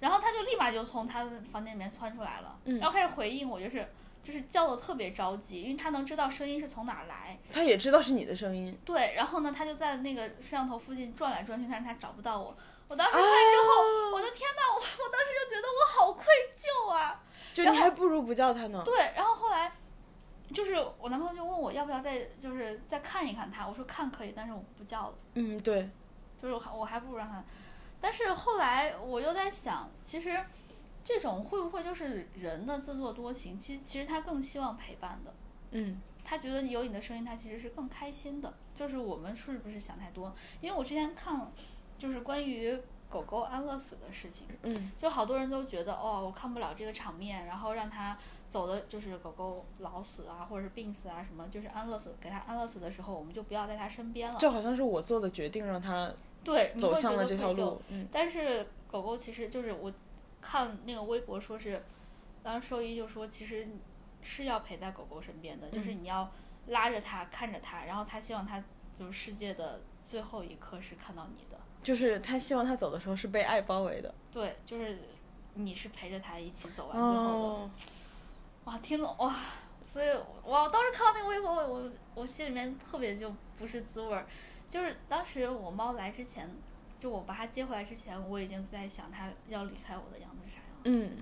A: 然后他就立马就从他的房间里面窜出来了，
B: 嗯
A: 然后开始回应我，就是就是叫的特别着急，因为他能知道声音是从哪儿来。
B: 他也知道是你的声音。
A: 对，然后呢，他就在那个摄像头附近转来转去，但是他找不到我。我当时看之后，我的天呐，我我当时就觉得我好愧疚啊！
B: 就
A: 然
B: 你还不如不叫他呢。
A: 对，然后后来。就是我男朋友就问我要不要再就是再看一看他，我说看可以，但是我不叫了。
B: 嗯，对，
A: 就是我还我还不如让他。但是后来我又在想，其实这种会不会就是人的自作多情？其实其实他更希望陪伴的，
B: 嗯
A: 他觉得有你的声音，他其实是更开心的。就是我们是不是想太多？因为我之前看，就是关于狗狗安乐死的事情，
B: 嗯
A: 就好多人都觉得哦，我看不了这个场面，然后让它走的就是狗狗老死啊，或者是病死啊什么，就是安乐死，给它安乐死的时候，我们就不要在它身边了。
B: 就好像是我做的决定，让他
A: 哦对，你
B: 走
A: 会
B: 向
A: 觉
B: 了
A: 得
B: 这条
A: 愧疚
B: 路。嗯
A: 但是狗狗其实就是我看那个微博说是，当时兽医就说其实是要陪在狗狗身边的，就是你要拉着它看着它，然后它希望它就是世界的最后一刻是看到你的，
B: 就是他希望他走的时候是被爱包围的。
A: 对，就是你是陪着它一起走完最后的。
B: 哦
A: 哇，听了哇，所以我我当时看到那个微博，我我心里面特别就不是滋味儿。就是当时我猫来之前，就我把它接回来之前，我已经在想它要离开我的样子是啥样。
B: 嗯，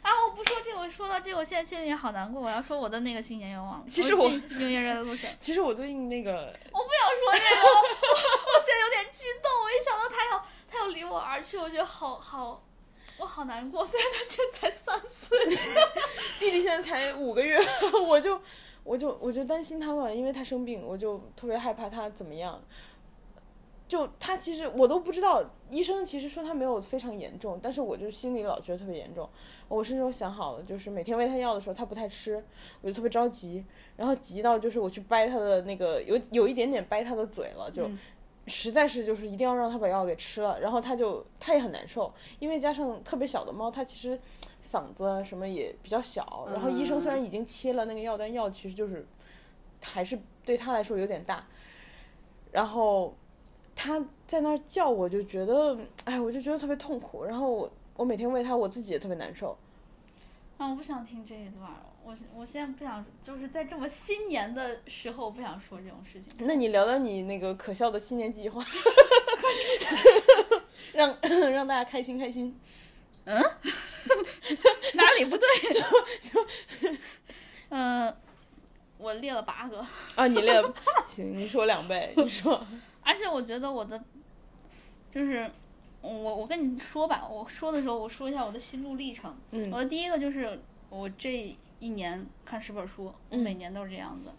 A: 啊，我不说这个，我说到这个，我现在心里好难过。我要说我的那个新年愿望，
B: 其实我
A: 新 New Year Resolution，
B: 其实我最近那个
A: 我不想说这个了，我我现在有点激动。我一想到他要他要离我而去，我觉得好好，我好难过。虽然他现在才三岁，
B: 弟弟现在才五个月， 我就我就我就担心他嘛，因为他生病，我就特别害怕他怎么样。就他其实我都不知道，医生其实说他没有非常严重，但是我就心里老觉得特别严重。我甚至都想好了，就是每天喂他药的时候他不太吃，我就特别着急，然后急到就是我去掰他的那个有有一点点掰他的嘴了，就
A: 嗯
B: 实在是就是一定要让他把药给吃了，然后他就他也很难受，因为加上特别小的猫，它其实嗓子啊什么也比较小，然后医生虽然已经切了那个药，但药其实就是还是对他来说有点大，然后他在那儿叫，我就觉得哎，我就觉得特别痛苦，然后我我每天喂它，我自己也特别难受，
A: 啊，我不想听这一段儿，我我现在不想，就是在这么新年的时候，我不想说这种事情。
B: 那你聊聊你那个可笑的新年计 划，让让大家开心开心。
A: 哪里 不对？就就，嗯、我列了八个，
B: 啊，你累了，行，你说两倍，你说，
A: 而且我觉得我的，就是我我跟你说吧，我说的时候我说一下我的心路历程。
B: 嗯
A: 我的第一个就是我这一年看十本书，我每年都是这样子。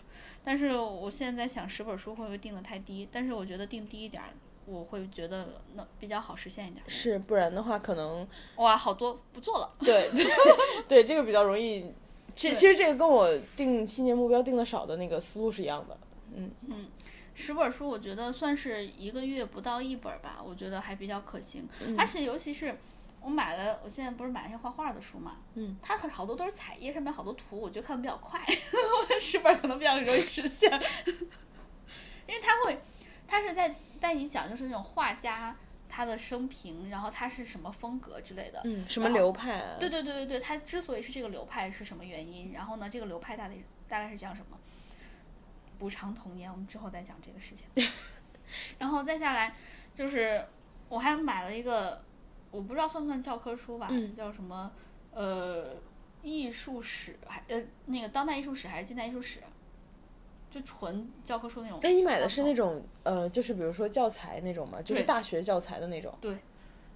A: 但是我现在在想十本书会不会定的太低？但是我觉得定低一点儿，我会觉得那比较好实现一点儿。
B: 是，不然的话可能
A: 哇，好多不做了。
B: 对对对，这个比较容易。其
A: 对
B: 其实这个跟我定新年目标定的少的那个思路是一样的。
A: 十本书，我觉得算是一个月不到一本儿吧，我觉得还比较可行。而且尤其是我买了，我现在不是买那些画画的书嘛，
B: 嗯，
A: 它很好多都是彩页，上面好多图，我觉得看的比较快， 我十本儿可能比较容易实现， 因为它会，它是在带你讲就是那种画家他的生平，然后他是什么风格之类的。
B: 嗯，什么流派、啊？
A: 对，对对对对，它之所以是这个流派是什么原因？然后呢，这个流派大概大概是讲什么？补偿童年，我们之后再讲这个事 情。然后再下来就是，我还买了一个，我不知道算不算教科书吧，
B: 嗯
A: 叫什么呃艺术史，还呃那个当代艺术史还是近代艺术史，就纯教科书那种。
B: 哎，你买的是那种呃，就是比如说教材那种吗？就是
A: 对
B: 大学教材的那种。
A: 对。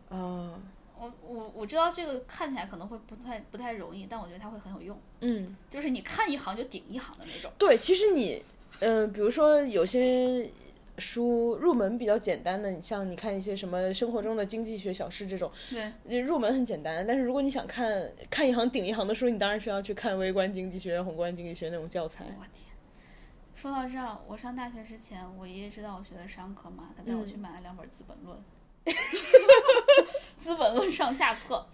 B: 啊，
A: 我我我知道这个看起来可能会不太不太容易，但我觉得它会很有用，
B: 嗯，
A: 就是你看一行就顶一行的那种。
B: 对，其实你，呃，比如说有些书入门比较简单的，你像你看一些什么生活中的经济学小事这种。
A: 对。
B: 入门很简单，但是如果你想看看一行顶一行的书，你当然是要去看微观经济学、宏观经济学那种教材。
A: 我天，说到这儿，我上大学之前，我爷爷知道我学的商科嘛，他带我去买了两本《资本论》 资本论》上下册。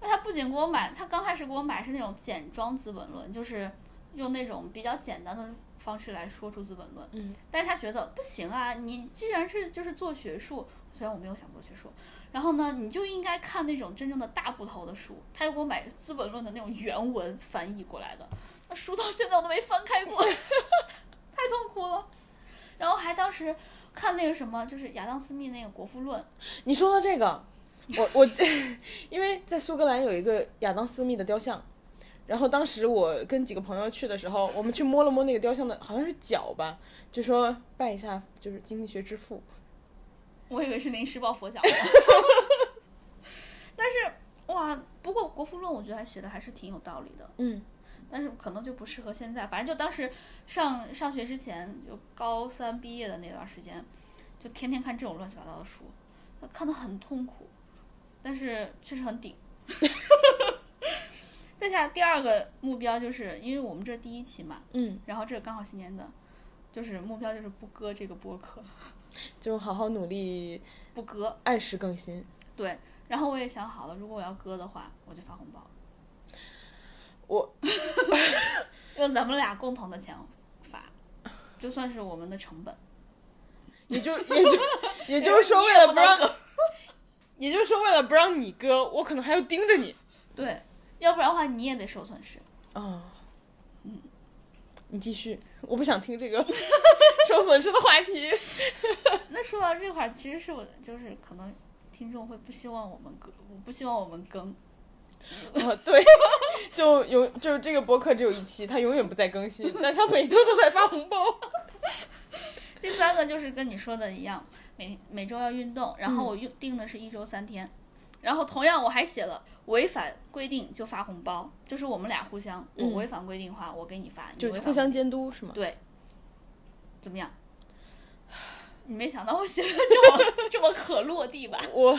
A: 那他不仅给我买，他刚开始给我买是那种简装《资本论》，就是用那种比较简单的方式来说出《资本论》。
B: 嗯，
A: 但是他觉得不行啊，你既然是就是做学术，虽然我没有想做学术，然后呢，你就应该看那种真正的大部头的书。他又给我买《资本论》的那种原文翻译过来的，那书到现在我都没翻开过，太痛苦了。然后还当时看那个什么，就是亚当斯密那个《国富论》，
B: 你说到这个，我我 因为在苏格兰有一个亚当斯密的雕像，然后当时我跟几个朋友去的时候，我们去摸了摸那个雕像的，好像是脚吧，就说拜一下，就是经济学之父。
A: 我以为是临时抱佛脚的，但是哇，不过《国富论》我觉得还写的还是挺有道理的。
B: 嗯，
A: 但是可能就不适合现在。反正就当时上上学之前，就高三毕业的那段时间，就天天看这种乱七八糟的书，看得很痛苦，但是确实很顶。再下来第二个目标就是，因为我们这是第一期嘛，
B: 嗯，
A: 然后这个刚好新年的，就是目标就是不割这个播客，
B: 就好好努力，
A: 不割。
B: 按时更新。
A: 对，然后我也想好了，如果我要割的话，我就发红包。
B: 我
A: 用咱们俩共同的钱发，就算是我们的成本。
B: 也就也 就也就是说，为了不让，也就是说为了不让你哥，我可能还要盯着你
A: 对，要不然的话你也得受损失。
B: 啊。嗯你继续，我不想听这 个受损失的话题。
A: 那说到这块儿，其实是我就是可能听众会不希望我们更，我不希望我们更。
B: 啊，对，就永就是这个博客只有一期，它永远不再更新，但它每周都在发红包。
A: 第三个就是跟你说的一样，每每周要运动，
B: 嗯
A: 然后我用定的是一周三天，然后同样我还写了违反规定就发红包，就是我们俩互相，我
B: 嗯
A: 违反规定的话我给你发，你
B: 就
A: 违
B: 是
A: 反
B: 互相监督是吗？
A: 怎么样？你没想到我写的这么这么可落地吧？
B: 我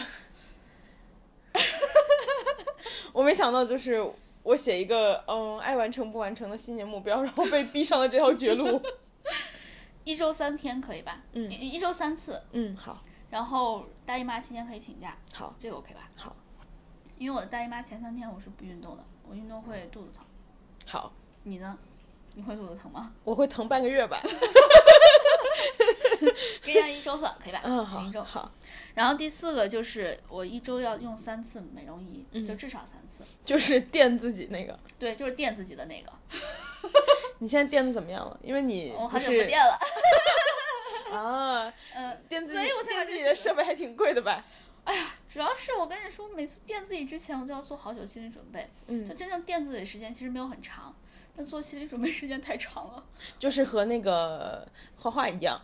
B: 我没想到，就是我写一个嗯爱完成不完成的新年目标，然 后被逼上了这条 绝路。
A: 一周三天可以吧？
B: 嗯
A: 一一周三次，
B: 嗯，好，
A: 然后大姨妈期间可以请假，
B: 好，
A: 这个 OK 吧？
B: 好，
A: 因为我的大姨妈前三天我是不运动的，我运动会肚子疼。
B: 好，
A: 你呢？你会肚子疼吗？
B: 我会疼半个 月吧。
A: 给你按一周算，可以吧？
B: 嗯，
A: 请一周
B: 好，。好，
A: 然后第四个就是我一周要用三次美容仪，
B: 嗯
A: 就至少三次。
B: 就是垫自己那个。
A: 对，就是垫自己的那个，
B: 你现在垫的怎么样了？因为你
A: 我
B: 不
A: 好久
B: 是
A: 不垫了。
B: 啊，
A: 嗯，
B: 垫自己
A: 所以我才把
B: 垫
A: 这
B: 自己
A: 个
B: 的设备还挺贵的吧？
A: 主要是我跟你说，每次垫自己之前，我都要做好久心理准备。
B: 嗯
A: 就，真正垫自己的时间其实没有很长，但做心理准备时间太长了。
B: 就是和那个画画一样，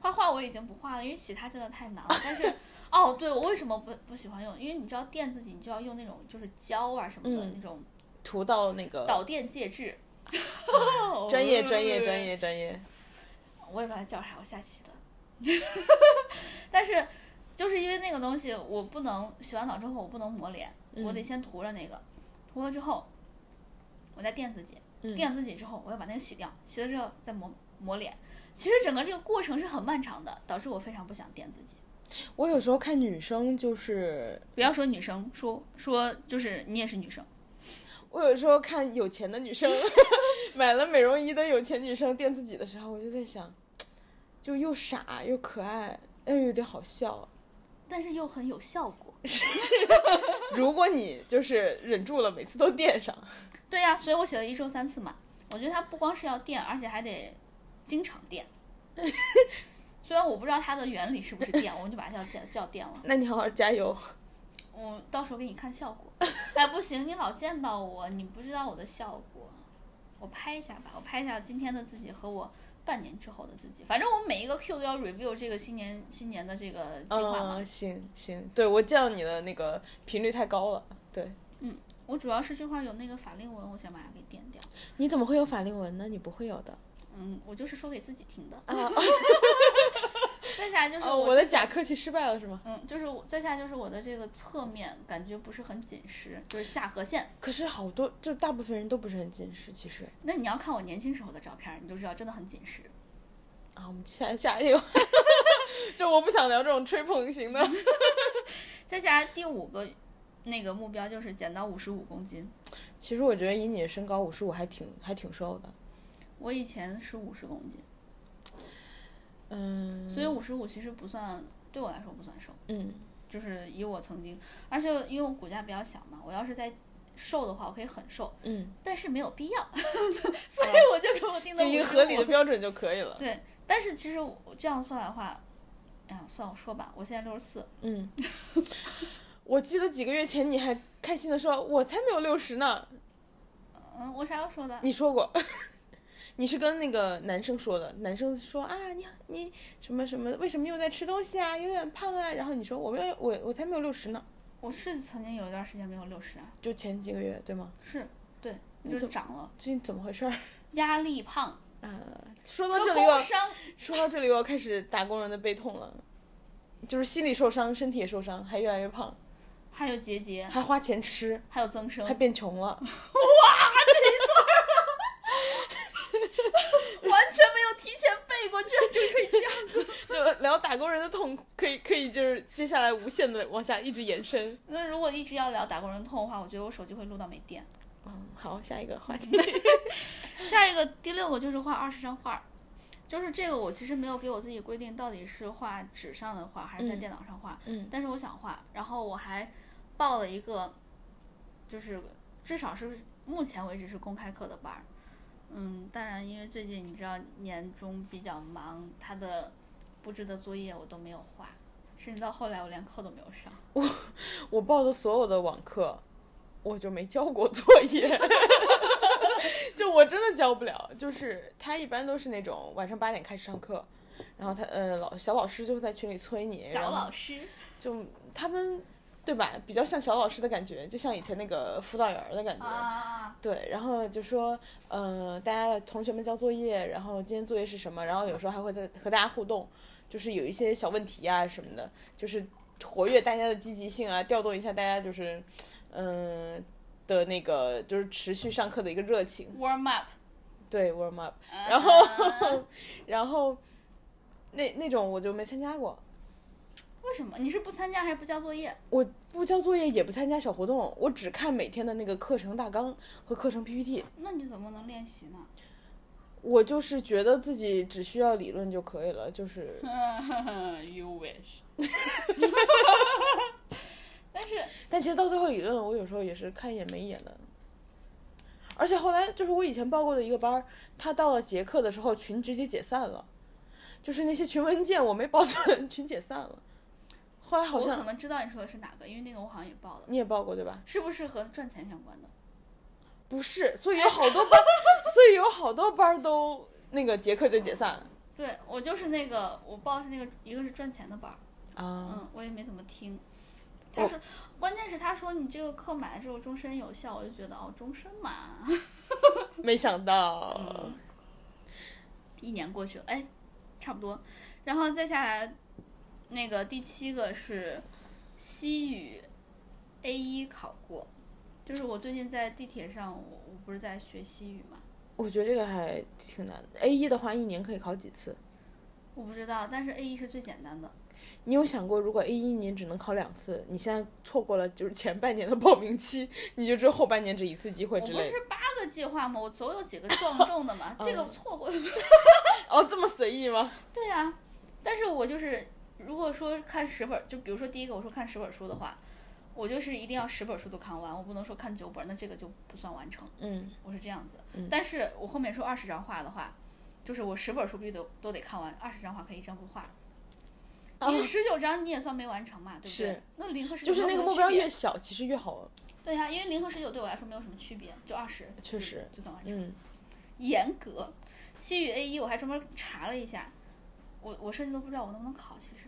A: 画画我已经不画了，因为其他真的太难了。但 是，哦，对，我为什么不不喜欢用？因为你知道垫自己，你就要用那种就是胶啊什么的、
B: 嗯
A: 那种
B: 涂到那个
A: 导电介质。 哦
B: 专业专业专。业专业，
A: 我也不知道它叫啥，我下期的。 但是就是因为那个东西，我不能洗完澡之后我不能抹脸，
B: 嗯
A: 我得先涂了那个，涂了之后，我再垫自己，
B: 嗯
A: 垫自己之后我要把那个洗掉，洗了之后再抹抹脸。其实整个这个过程是很漫长的，导致我非常不想垫自己。
B: 我有时候看女生就是，
A: 不要说女生，说说就是你也是女生，
B: 我有时候看有钱的女 生买了美容仪的有钱女生垫自己的时候，我就在想，就又傻又可爱，又有点好笑。
A: 但是又很有效果。
B: 如果你就是忍住了，每次都垫上，
A: 对呀、所以我写了一周三次嘛。我觉得它不光是要垫，而且还得经常 垫。虽然我不知道它的原理是不是垫，我们就把它叫叫叫垫了。
B: 那你好好加油。
A: 我到时候给你看效果。哎，不行，你老见到我，你不知道我的效果。我拍一下吧，我拍一下今天的自己和我半年之后的自己。反正我每一个 Q 都要 review 这个新年新年的这个计划嘛。
B: 嗯，行行，对我见到你的那个频率太高了。对，
A: 我主要是这块有那个法令纹，我想把它给垫掉。
B: 你怎么会有法令纹呢？你不会有的
A: 嗯，我就是说给自己听的。
B: 啊。
A: 再下来就是
B: 哦，我的假客气失败了是吗？
A: 嗯，就是我再下来就是我的这个侧面感觉不是很紧实，就是下颌线。
B: 可是好多就大部分人都不是很近视，其实
A: 那你要看我年轻时候的照片，你就知道真的很紧实。
B: 啊，我们下下一个， 就我不想聊这种吹捧型的。
A: 再下来第五个那个目标就是减到五十五公斤。
B: 其实我觉得以你的身高五十五还挺还挺瘦的，
A: 我以前是五十公斤，
B: 嗯
A: 所以五十五其实不算对我来说不算瘦，
B: 嗯，
A: 就是以我曾经，而且因为我骨架比较小嘛，我要是再瘦的话，我可以很瘦，
B: 嗯，
A: 但是没有必要， 所以我就给我定的
B: 就一个合理的标准就可以了。
A: 对，但是其实我这样算的话，哎呀，算我说吧，我现在六十四，
B: 嗯， 我记得几个月前你还开心的说，我才没有六十呢。
A: 嗯，我啥时候说的？
B: 你说过， 你是跟那个男生说的，男生说啊，你你什么什么，为什么又在吃东西啊，有点胖啊。然后你说我没有，我我才没有六十呢，
A: 我是曾经有一段时间没有六十啊，
B: 就前几个月对吗？
A: 是对，
B: 你
A: 就是
B: 怎
A: 长了，
B: 最近怎么回事儿？
A: 压力胖，
B: 呃，说到
A: 和
B: 这里
A: 工
B: 我
A: 伤，
B: 说到这里我要开始打工人的悲痛了，就是心理受伤，身体也受伤，还越来越胖，
A: 还有结节，
B: 还花钱吃，
A: 还有增生
B: 还，变穷了。
A: 嗯完全没有提前背过，居然就可以这样。
B: 就聊打工人的痛苦，可以可以，就是接下来无限的往下一直延伸。
A: 那如果一直要聊打工人痛的话，我觉得我手机会录到没电。
B: 嗯，好，下一个话题。
A: 下一个第六个就是画二十张画，就是这个我其实没有给我自己规定到底是画纸上的画还是在
B: 嗯
A: 电脑上画，
B: 嗯
A: 但是我想画，然后我还报了一个，就是至少是目前为止是公开课的班儿。嗯，当然，因为最近你知道年终比较忙，他的布置的作业我都没有画，甚至到后来我连课都没有上。
B: 我报的所有的网课，我就没交过作业， 就我真的交不了。就是他一般都是那种晚上八点开始上课，然后他呃老小老师就会在群里催你，
A: 小
B: 然后
A: 老师，
B: 就他们对吧，比较像小老师的感觉，就像以前那个辅导员儿的感觉。
A: 啊，
B: 对，然后就说，呃，大家同学们交作业，然后今天作业是什么，然后有时候还会在和大家互动，就是有一些小问题啊什么的，就是活跃大家的积极性啊，调动一下大家就是，嗯、的那个就是持续上课的一个热情，
A: warm up，啊
B: 对 warm up，
A: 然后、
B: 然后那那种我就没参加过，
A: 为什么你是不参加还是不交作业？
B: 我不交作业也不参加小活动，我只看每天的那个课程大纲和课程 PPT，
A: 那你怎么能练习呢？
B: 我就是觉得自己只需要理论就可以了，就是。
A: you wish 。 但是
B: 但其实到最后理论，我有时候也是看一眼没一眼的。而且后来就是我以前报过的一个班儿，他到了结课的时候，群直接解散了，就是那些群文件我没保存， 群解散了。后来好
A: 我可
B: 像
A: 能知道你说的是哪个，因为那个我好像也报了，
B: 你也报过对吧？
A: 是不是和赚钱相关的？
B: 不是，所以有好多 班，所以有好多班儿都那个结课就解散了
A: 对我就是那个，我报的是那个，一个是赚钱的班儿，
B: 啊。
A: 嗯，我哦也没怎么听。他说，关键是他说你这个课买了之后终身有效，我就觉得哦，终身嘛，
B: 没想到，
A: 一年过去了，哎，差不多。然后再下来，那个第七个是西语 A 一考过，就是我最近在地铁上，我我不是在学西语嘛，
B: 我觉得这个还挺难的。A 一的话，一年可以考几次？
A: 我不知道，但是 A 一是最简单的。
B: 你有想过，如果 A 一年只能考两次，你现在错过了就是前半年的报名期，你就只有后半年只一次机
A: 我
B: 会
A: 不
B: 之类的。嗯
A: 是八个计划嘛，我总有 几个撞中的嘛，这个错过就
B: 哦，这么随意吗？
A: 对呀、但是我就是如果说看十本，就比如说第一个我说看十本书的话，我就是一定要十本书都看完，我不能说看九本，那这个就不算完成。
B: 嗯，
A: 我是这样子。但是我后面说二十张画的话，就是我十本书必须都都得看完，二十张画可以一张不画。因为十九张你也算没完成嘛，对不对
B: 哦是？
A: 那零和十九
B: 就是那个目
A: 没有什
B: 标
A: 么区
B: 越小，其实越好。
A: 别对呀、因为零和十九对我来说没有什么区别，就二十，
B: 确实
A: 就算完成。
B: 嗯，
A: 严格，西语 A 一我还专门查了一下，我我甚至都不知道我能不能考，其实。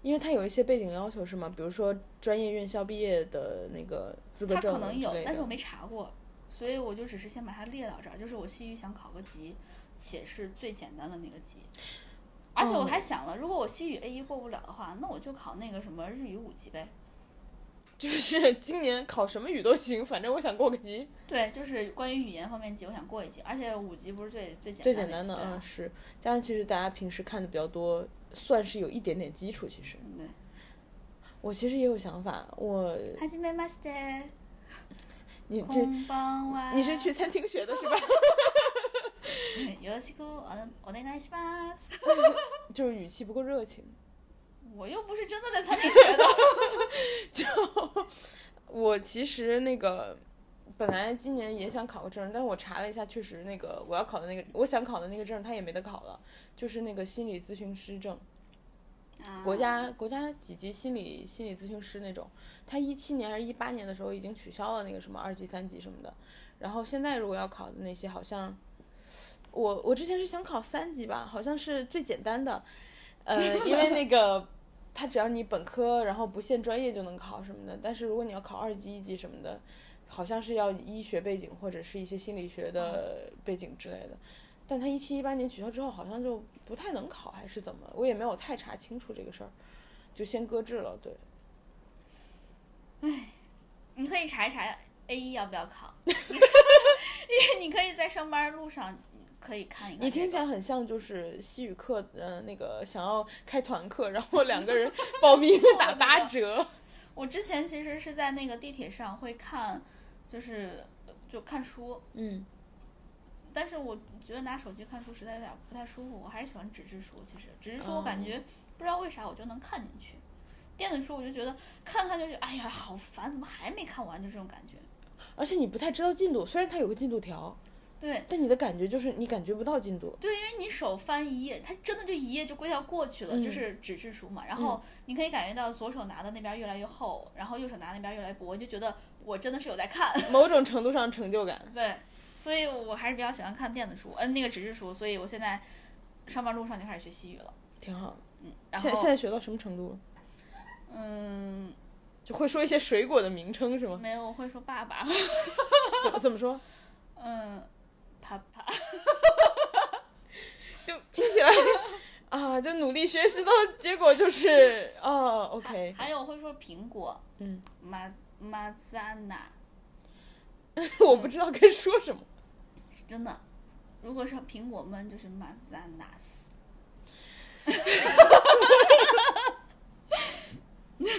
B: 因为它有一些背景要求是吗？比如说专业院校毕业的那个资格
A: 他
B: 证
A: 可能有
B: 之类，
A: 但是我
B: 的。
A: 没查过，所以我就只是先把它列到这儿。就是我西语想考个级，且是最简单的那个级。而
B: 哦
A: 且我还想了，如果我西语 A 一过不了的话，那我就考那个什么日语五级呗。
B: 就是 今年考什么语都行，反正我想过个级，
A: 对，就是关于语言方面级，我想过一级，而且五级不是最最简
B: 最
A: 单
B: 简
A: 的
B: 单的
A: 对啊
B: 啊是。加上其实大家平时看的比较多，算是有一点点基础。其实
A: 嗯对，
B: 我其实也有想法，我
A: はじめまして。
B: 你
A: こ
B: 这
A: んばんは。
B: 你是去餐厅学的是吧？
A: 嗯？よろしくお願いします。
B: 就是语气不够热情。
A: 我又不是真的在餐厅学的。
B: 我其实那个本来今年也想考个证，但是我查了一下，确实那个我要考的那个我想考的那个证，它也没得考了，就是那个心理咨询师证，
A: 啊
B: 国家国家几级心理心理咨询师那种。他一七年还是一八年的时候已经取消了那个什么二级、三级什么的，然后现在如果要考的那些好像。我我之前是想考三级吧，好像是最简单的，呃，因为那个它只要你本科，然后不限专业就能考什么的。但是如果你要考二级、一级什么的，好像是要医学背景或者是一些心理学的背景之类的。但它一七一八年取消之后，好像就不太能考，还是怎么？我也没有太查清楚这个事儿，就先搁置了。对，
A: 你可以查一查 A 一要不要 考，你 可以你可以在上班路上可以看一看、
B: 你听起来很像就是西语课，呃，那个想要开团课，然后两个人报名打八折。
A: 我之前其实是在那个地铁上会看，就是呃就看书，
B: 嗯，
A: 但是我觉得拿手机看书实在有点不太舒服，我还是喜欢纸质书。其实纸质书我
B: 哦
A: 感觉不知道为啥我就能看进去，电子书我就觉得看看就是哎呀好烦，怎么还没看完就这种感觉。
B: 而且你不太知道进度，虽然它有个进度条，
A: 对
B: 但你的感觉就是你感觉不到进度。
A: 对，因为你手翻一页，它真的就一页就归要过去了，就
B: 嗯
A: 是纸质书嘛。然后你可以感觉到左手拿的那边越来越厚，然后右手拿的那边越来越薄，你就觉得我真的是有在看。
B: 某种程度上成就感。
A: 对，所以我还是比较喜欢看电子书，嗯、那个纸质书，所以我现在上班路上就开始学西语了，
B: 挺好。
A: 嗯，然
B: 现现
A: 后
B: 在学到什么程度了？
A: 嗯，
B: 就会说一些水果的名称是吗？
A: 没有，我会说爸爸，
B: 怎么怎么说？
A: 嗯，啪啪，
B: 就听起来啊，就努力学习到结果就是哦，OK，
A: 还有会说苹果，
B: 嗯
A: 马马扎纳，
B: 我不知道该说什么。
A: 是真的，如果是苹果们就是马扎纳斯。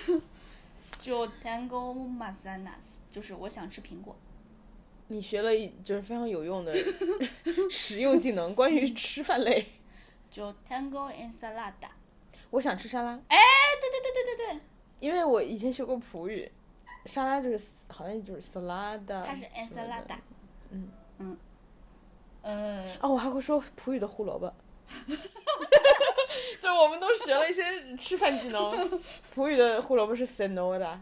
A: 就 tango m a z a n a s 就是我想吃苹果。
B: 你学了一就是非常有用的 实用技能，关于吃饭类。
A: 就 tango and salada。
B: 我想吃沙拉，
A: 哎，对对对对对对，
B: 因为我以前学过葡语，沙拉就是好像就是 salad，
A: 它是
B: a
A: and salada。
B: 嗯
A: 嗯，呃，
B: 哦，我还会说葡语的胡萝卜。就是我们都学了一些吃饭技能，葡语的胡萝卜是 cenola，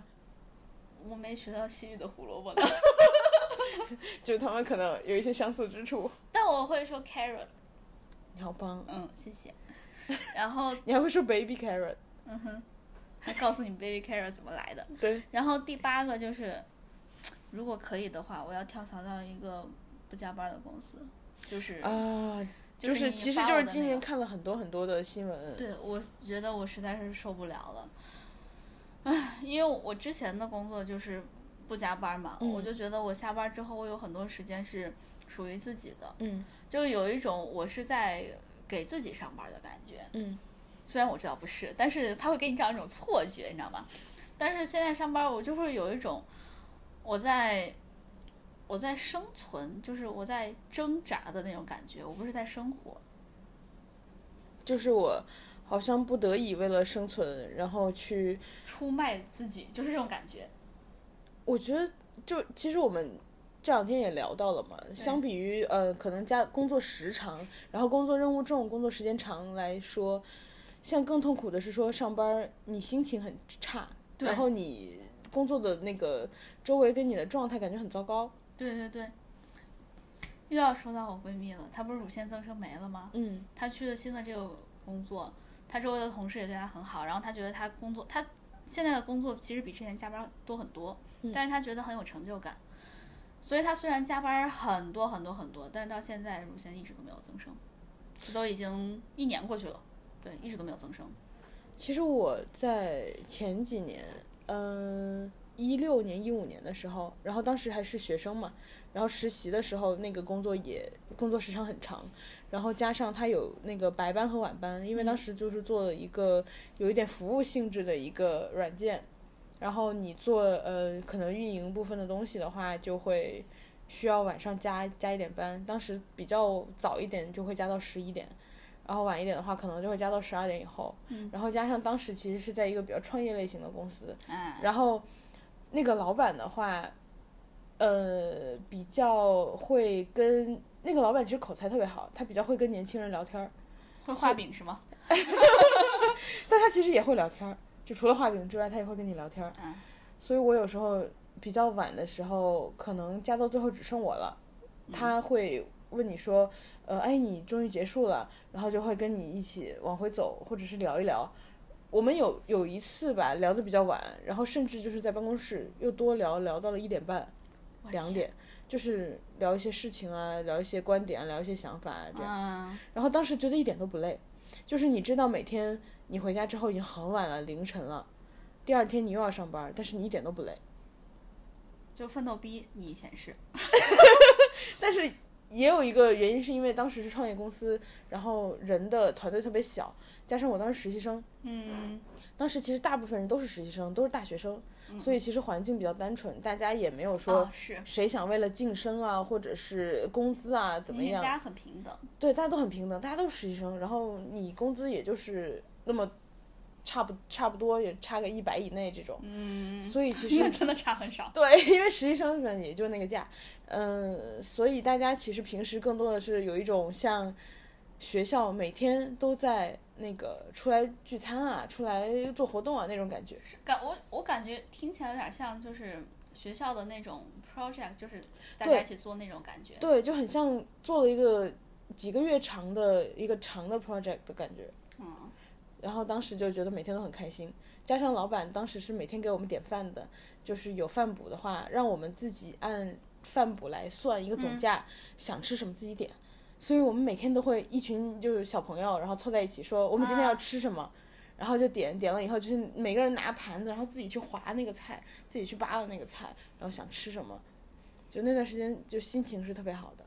A: 我没学到西语的胡萝卜的，
B: 就是他们可能有一些相似之处。
A: 但我会说 carrot。
B: 你好棒，
A: 嗯，谢谢。 然后，
B: 你还会说 baby carrot，
A: 嗯哼，还告诉你 baby carrot 怎么来的。
B: 对，
A: 然后第八个就是，如果可以的话，我要跳槽到一个不加班的公司，就是
B: 啊，
A: 就是你
B: 其实
A: 发
B: 就
A: 我
B: 是
A: 的
B: 今
A: 那
B: 年
A: 个
B: 看了很多很多的新闻，
A: 对，我觉得我实在是受不了了，唉，因为我之前的工作就是不加班嘛，
B: 嗯
A: 我就觉得我下班之后，我有很多时间是属于自己的，
B: 嗯
A: 就有一种我是在给自己上班的感觉。
B: 嗯，
A: 虽然我知道不是，但是他会给你这样一种错觉，你知道吗？但是现在上班，我就会有一种我在我在生存，就是我在挣扎的那种感觉，我不是在生活。
B: 就是我好像不得已为了生存，然后去
A: 出卖自己就是这种感觉，
B: 我觉得就其实我们这两天也聊到了嘛，相比于呃可能加工作时长，然后工作任务重、工作时间长来说，现在更痛苦的是说上班儿你心情很差，
A: 对
B: 然后你工作的那个周围跟你的状态感觉很糟糕。
A: 对对对，又要说到我闺蜜了，她不是乳腺增生没了吗？
B: 嗯，
A: 她去了新的这个工作，她周围的同事也对她很好，然后她觉得她工作，她现在的工作其实比之前加班多很多，
B: 嗯
A: 但是她觉得很有成就感，所以她虽然加班很多很多很多，但是到现在乳腺一直都没有增生，这都已经一年过去了。对，一直都没有增生。
B: 其实我在前几年，嗯，一六年、一五年的时候，然后当时还是学生嘛，然后实习的时候，那个工作也工作时长很长，然后加上它有那个白班和晚班，因为当时就是做了一个有一点服务性质的一个软件，然后你做呃可能运营部分的东西的话，就会需要晚上加加一点班，当时比较早一点就会加到十一点。然后晚一点的话，可能就会加到十二点以后。
A: 嗯
B: 然后加上当时其实是在一个比较创业类型的公司，
A: 哎，
B: 然后那个老板的话，呃，比较会跟那个老板其实口才特别好，他比较会跟年轻人聊天儿，
A: 会画饼是吗？
B: 但他其实也会聊天儿，就除了画饼之外，他也会跟你聊天儿。
A: 嗯
B: 所以我有时候比较晚的时候，可能加到最后只剩我了，
A: 嗯
B: 他会问你说，呃，哎，你终于结束了，然后就会跟你一起往回走，或者是聊一聊。我们有有一次吧，聊得比较晚，然后甚至就是在办公室又多聊聊到了一点半、
A: 我
B: 两
A: 天
B: 点，就是聊一些事情啊，聊一些观点啊，聊一些想法啊，这样。
A: 嗯，
B: 然后当时觉得一点都不累，就是你知道每天你回家之后已经很晚了，凌晨了，第二天你又要上班，但是你一点都不累，
A: 就奋斗逼，你以前是，
B: 但是。也有一个原因，是因为当时是创业公司，然后人的团队特别小，加上我当时实习生，
A: 嗯，
B: 当时其实大部分人都是实习生，都是大学生，所以其实环境比较单纯，大家也没有说
A: 啊嗯是，
B: 谁想为了晋升啊，或者是工资啊怎么
A: 因为
B: 样
A: 大，家很平等，
B: 对，大家都很平等，大家都是实习生，然后你工资也就是那么差不差不多也差个一百以内这种，
A: 嗯，
B: 所以其
A: 那
B: 实
A: 真的差很少。
B: 对，因为实习生们也就那个价，嗯，所以大家其实平时更多的是有一种像学校每天都在那个出来聚餐啊，出来做活动啊那种感觉。
A: 感我我感觉听起来有点像就是学校的那种 project，就是大
B: 对
A: 家一起做那种感觉。
B: 对，就很像做了一个几个月长的一个长的 project 的感觉。
A: 嗯，
B: 然后当时就觉得每天都很开心，加上老板当时是每天给我们点饭的，就是有饭补的话，让我们自己按饭补来算一个总价，想吃什么自己点。所以我们每天都会一群就是小朋友，然后凑在一起说我们今天要吃什么，然后就点点了以后，就是每个人拿盘子，然后自己去划那个菜，自己去扒拉那个菜，然后想吃什么，就那段时间就心情是特别好的。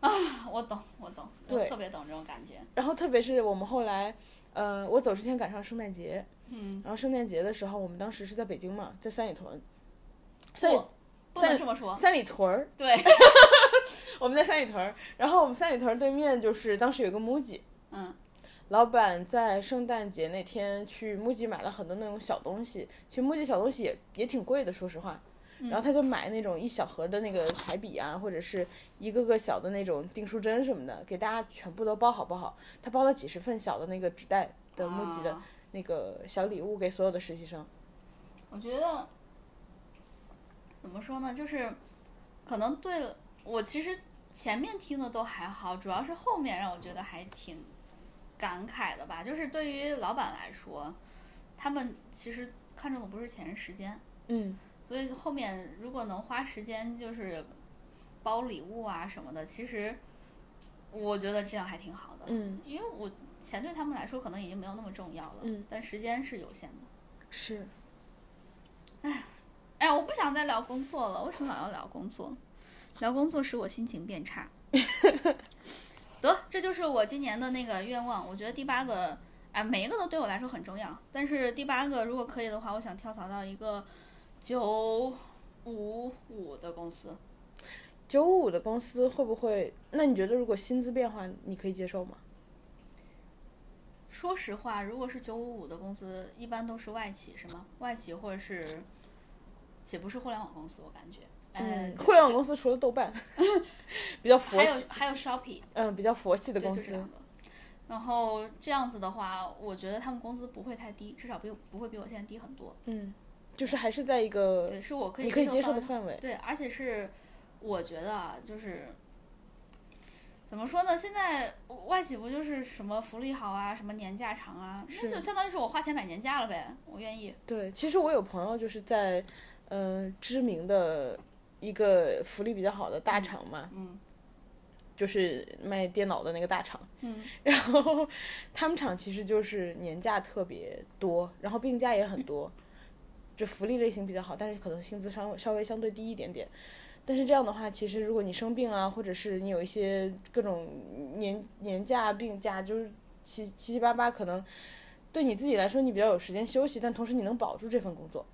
A: 啊我懂，我懂，我
B: 对
A: 特别懂这种感觉。
B: 然后特别是我们后来，呃，我走之前赶上圣诞节，
A: 嗯，
B: 然后圣诞节的时候，我们当时是在北京嘛，在三里屯，三里
A: 不，不能这么说。
B: 三里屯儿，
A: 对，
B: 我们在三里屯儿，然后我们三里屯儿对面就是当时有个 MUJI，
A: 嗯，
B: 老板在圣诞节那天去 MUJI 买了很多那种小东西，其实 MUJI 小东西也也挺贵的，说实话。
A: 嗯
B: 然后他就买那种一小盒的那个彩笔啊，或者是一个个小的那种订书针什么的，给大家全部都包好包好。他包了几十份小的那个纸袋的 MUJI 的
A: 啊
B: 那个小礼物给所有的实习生。
A: 我觉得怎么说呢，就是可能对了我其实前面听的都还好，主要是后面让我觉得还挺感慨的吧。就是对于老板来说，他们其实看重的不是钱，是时间。
B: 嗯，
A: 所以后面如果能花时间就是包礼物啊什么的，其实我觉得这样还挺好的。
B: 嗯，
A: 因为我钱对他们来说可能已经没有那么重要了，
B: 嗯，
A: 但时间是有限的。
B: 是，
A: 哎，我不想再聊工作了，为什么老要聊工作？聊工作使我心情变 差。得，这就是我今年的那个愿望。我觉得第八个，哎，每一个都对我来说很重要，但是第八个如果可以的话，我想跳槽到一个九五五的公司。
B: 九五五的公司会不会？那你觉得如果薪资变化，你可以接受吗？
A: 说实话，如果是九五五的公司，一般都是外企，是吗？外企或者是，且不是互联网公司，我感觉，呃
B: 嗯互联网公司除了豆瓣， 比较佛
A: 还
B: 系
A: 有，还有 Shopee
B: 嗯，比较佛系的
A: 对，
B: 公
A: 就这
B: 司
A: 两，个。然后这样子的话，我觉得他们工资不会太低，至少比我不会比我现在低很多。
B: 嗯，就是还是在一个
A: 对，是我可以
B: 你可以接
A: 接
B: 受
A: 受
B: 的
A: 范
B: 范
A: 围
B: 围。
A: 对，而且是我觉得啊，就是怎么说呢？现在外企不就是什么福利好啊，什么年假长啊，那
B: 是
A: 就相当于是我花钱买年假了呗，我愿意。
B: 对，其实我有朋友就是在，呃嗯、知名的一个福利比较好的大厂嘛，
A: 嗯，
B: 就是卖电脑的那个大厂，
A: 嗯，
B: 然后他们厂其实就是年假特别多，然后病假也很多，就福利类型比较好，但是可能薪资稍稍微相对低一点点。但是这样的话，其实如果你生病啊，或者是你有一些各种年年假、病假，就是七七七八八，可能对你自己来说你比较有时间休息，但同时你能保住这份工作。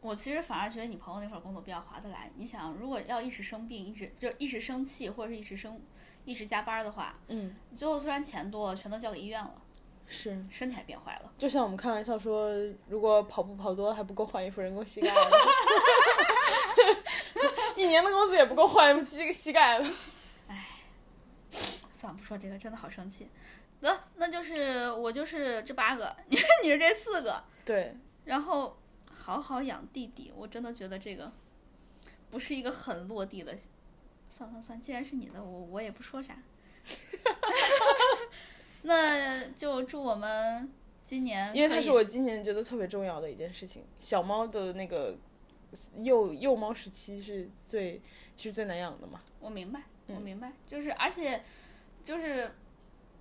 A: 我其实反而觉得你朋友那份工作比较划得来。你想，如果要一直生病，一直就一直生气，或者是一直生一直加班的话，
B: 嗯，
A: 最后虽然钱多了，全都交给医院了，
B: 是，
A: 身体还变坏了。
B: 就像我们开玩笑说，如果跑步跑多了还不够换一副人工膝盖了， 一年的工资也不够换一副膝膝盖了。
A: 算了，不说这个，真的好生气。得，那就是我就是这八个， 你你是这四个，
B: 对，
A: 然后好好养弟弟，我真的觉得这个不是一个很落地的。算算算，既然是你的，我我也不说啥。 那就祝我们今年，
B: 因为它是我今年觉得特别重要的一件事情。小猫的那个幼幼猫时期是最其实最难养的嘛。
A: 我明白，我
B: 嗯
A: 明白，就是而且就是，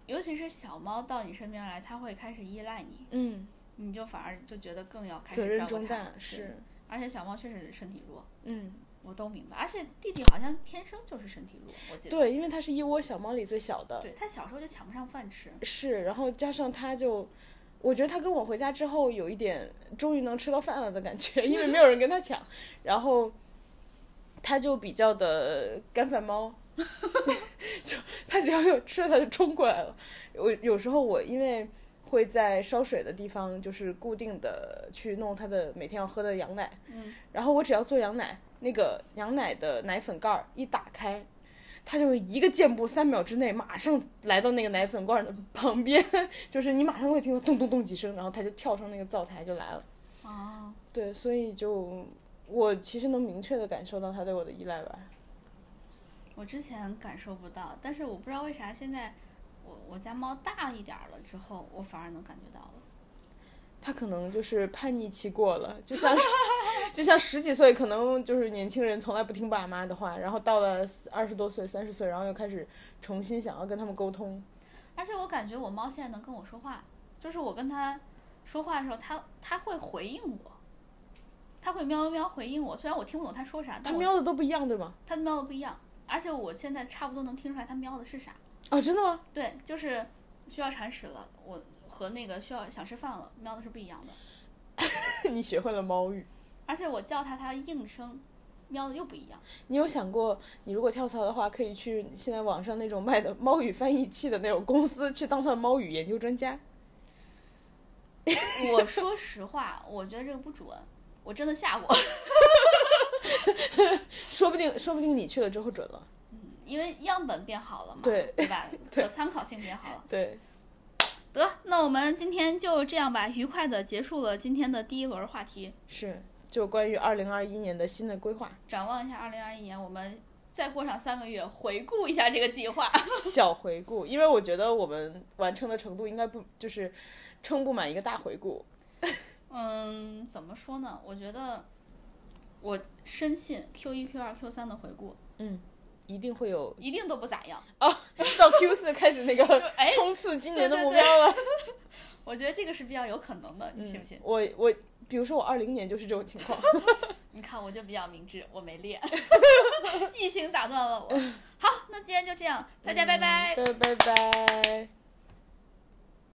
A: 尤其是小猫到你身边来，它会开始依赖你，
B: 嗯，
A: 你就反而就觉得更要开
B: 责
A: 始
B: 任
A: 照顾
B: 重
A: 它
B: 大。是，
A: 而且小猫确实身体弱，
B: 嗯，
A: 我都明白。而且弟弟好像天生就是身体弱，我记得，
B: 对，因为它是一窝小猫里最小的。
A: 对，它小时候就抢不上饭吃。
B: 是，然后加上它就。我觉得它跟我回家之后有一点终于能吃到饭了的感觉，因为没有人跟它抢，然后它就比较的干饭猫，就它只要有吃的它就冲过来了。我有时候我因为会在烧水的地方就是固定的去弄它的每天要喝的羊奶，
A: 嗯，
B: 然后我只要做羊奶，那个羊奶的奶粉盖儿一打开，它就一个箭步，三秒之内马上来到那个奶粉罐儿的旁边， 就是你马上会听到咚咚咚几声，然后它就跳上那个灶台就来了。
A: 哦，
B: 对，所以就我其实能明确的感受到它对我的依赖吧。
A: 我之前感受不到，但是我不知道为啥现在我我家猫大一点儿了之后，我反而能感觉到了。
B: 它可能就是叛逆期过了，就像 是就像十几岁，可能就是年轻人从来不听爸妈的话，然后到了二十多岁、三十岁，然后又开始重新想要跟他们沟通。
A: 而且我感觉我猫现在能跟我说话，就是我跟它说话的时候，它它会回应我，它会喵喵喵回应我。虽然我听不懂它说啥，
B: 它
A: 但我
B: 喵的都不一样，对吗？
A: 它喵的不一样，而且我现在差不多能听出来它喵的是啥。
B: 哦，真的吗？
A: 对，就是需要铲屎了，我和那个需要想吃饭了喵的是不一样的。
B: 你学会了猫语。
A: 而且我叫它，它应声喵的又不一样。
B: 你有想过，你如果跳槽的话，可以去现在网上那种卖的猫语翻译器的那种公司，去当它的猫语研究专家。
A: 我说实话，我觉得这个不准，我真的吓我。
B: 说不定，说不定你去了之后准了。
A: 因为样本变好了嘛，
B: 对
A: 吧？可参考性变好了。
B: 对，
A: 得，那我们今天就这样吧，愉快的结束了今天的第一轮话题。
B: 是就关于二零二一年的新的规划，
A: 展望一下二零二一年，我们再过上三个月，回顾一下这个计划。
B: 小回顾，因为我觉得我们完成的程度应该不就是撑不满一个大回顾。
A: 嗯，怎么说呢？我觉得我深信 Q 一、Q 二、Q 三的回顾
B: 嗯，一定会有
A: 一定都不咋样。
B: 到 Q 四开始那个
A: 哦 就哎
B: 冲刺今年的
A: 对对
B: 目
A: 对
B: 标了。
A: 我觉得这个是比较有可能的，你信不信？
B: 我我比如说我二零年就是这种情 况。
A: 你看我就比较明智，我没 列。 嗯疫情打断了我。好，那今天就这样，大家拜拜。
B: 拜拜拜。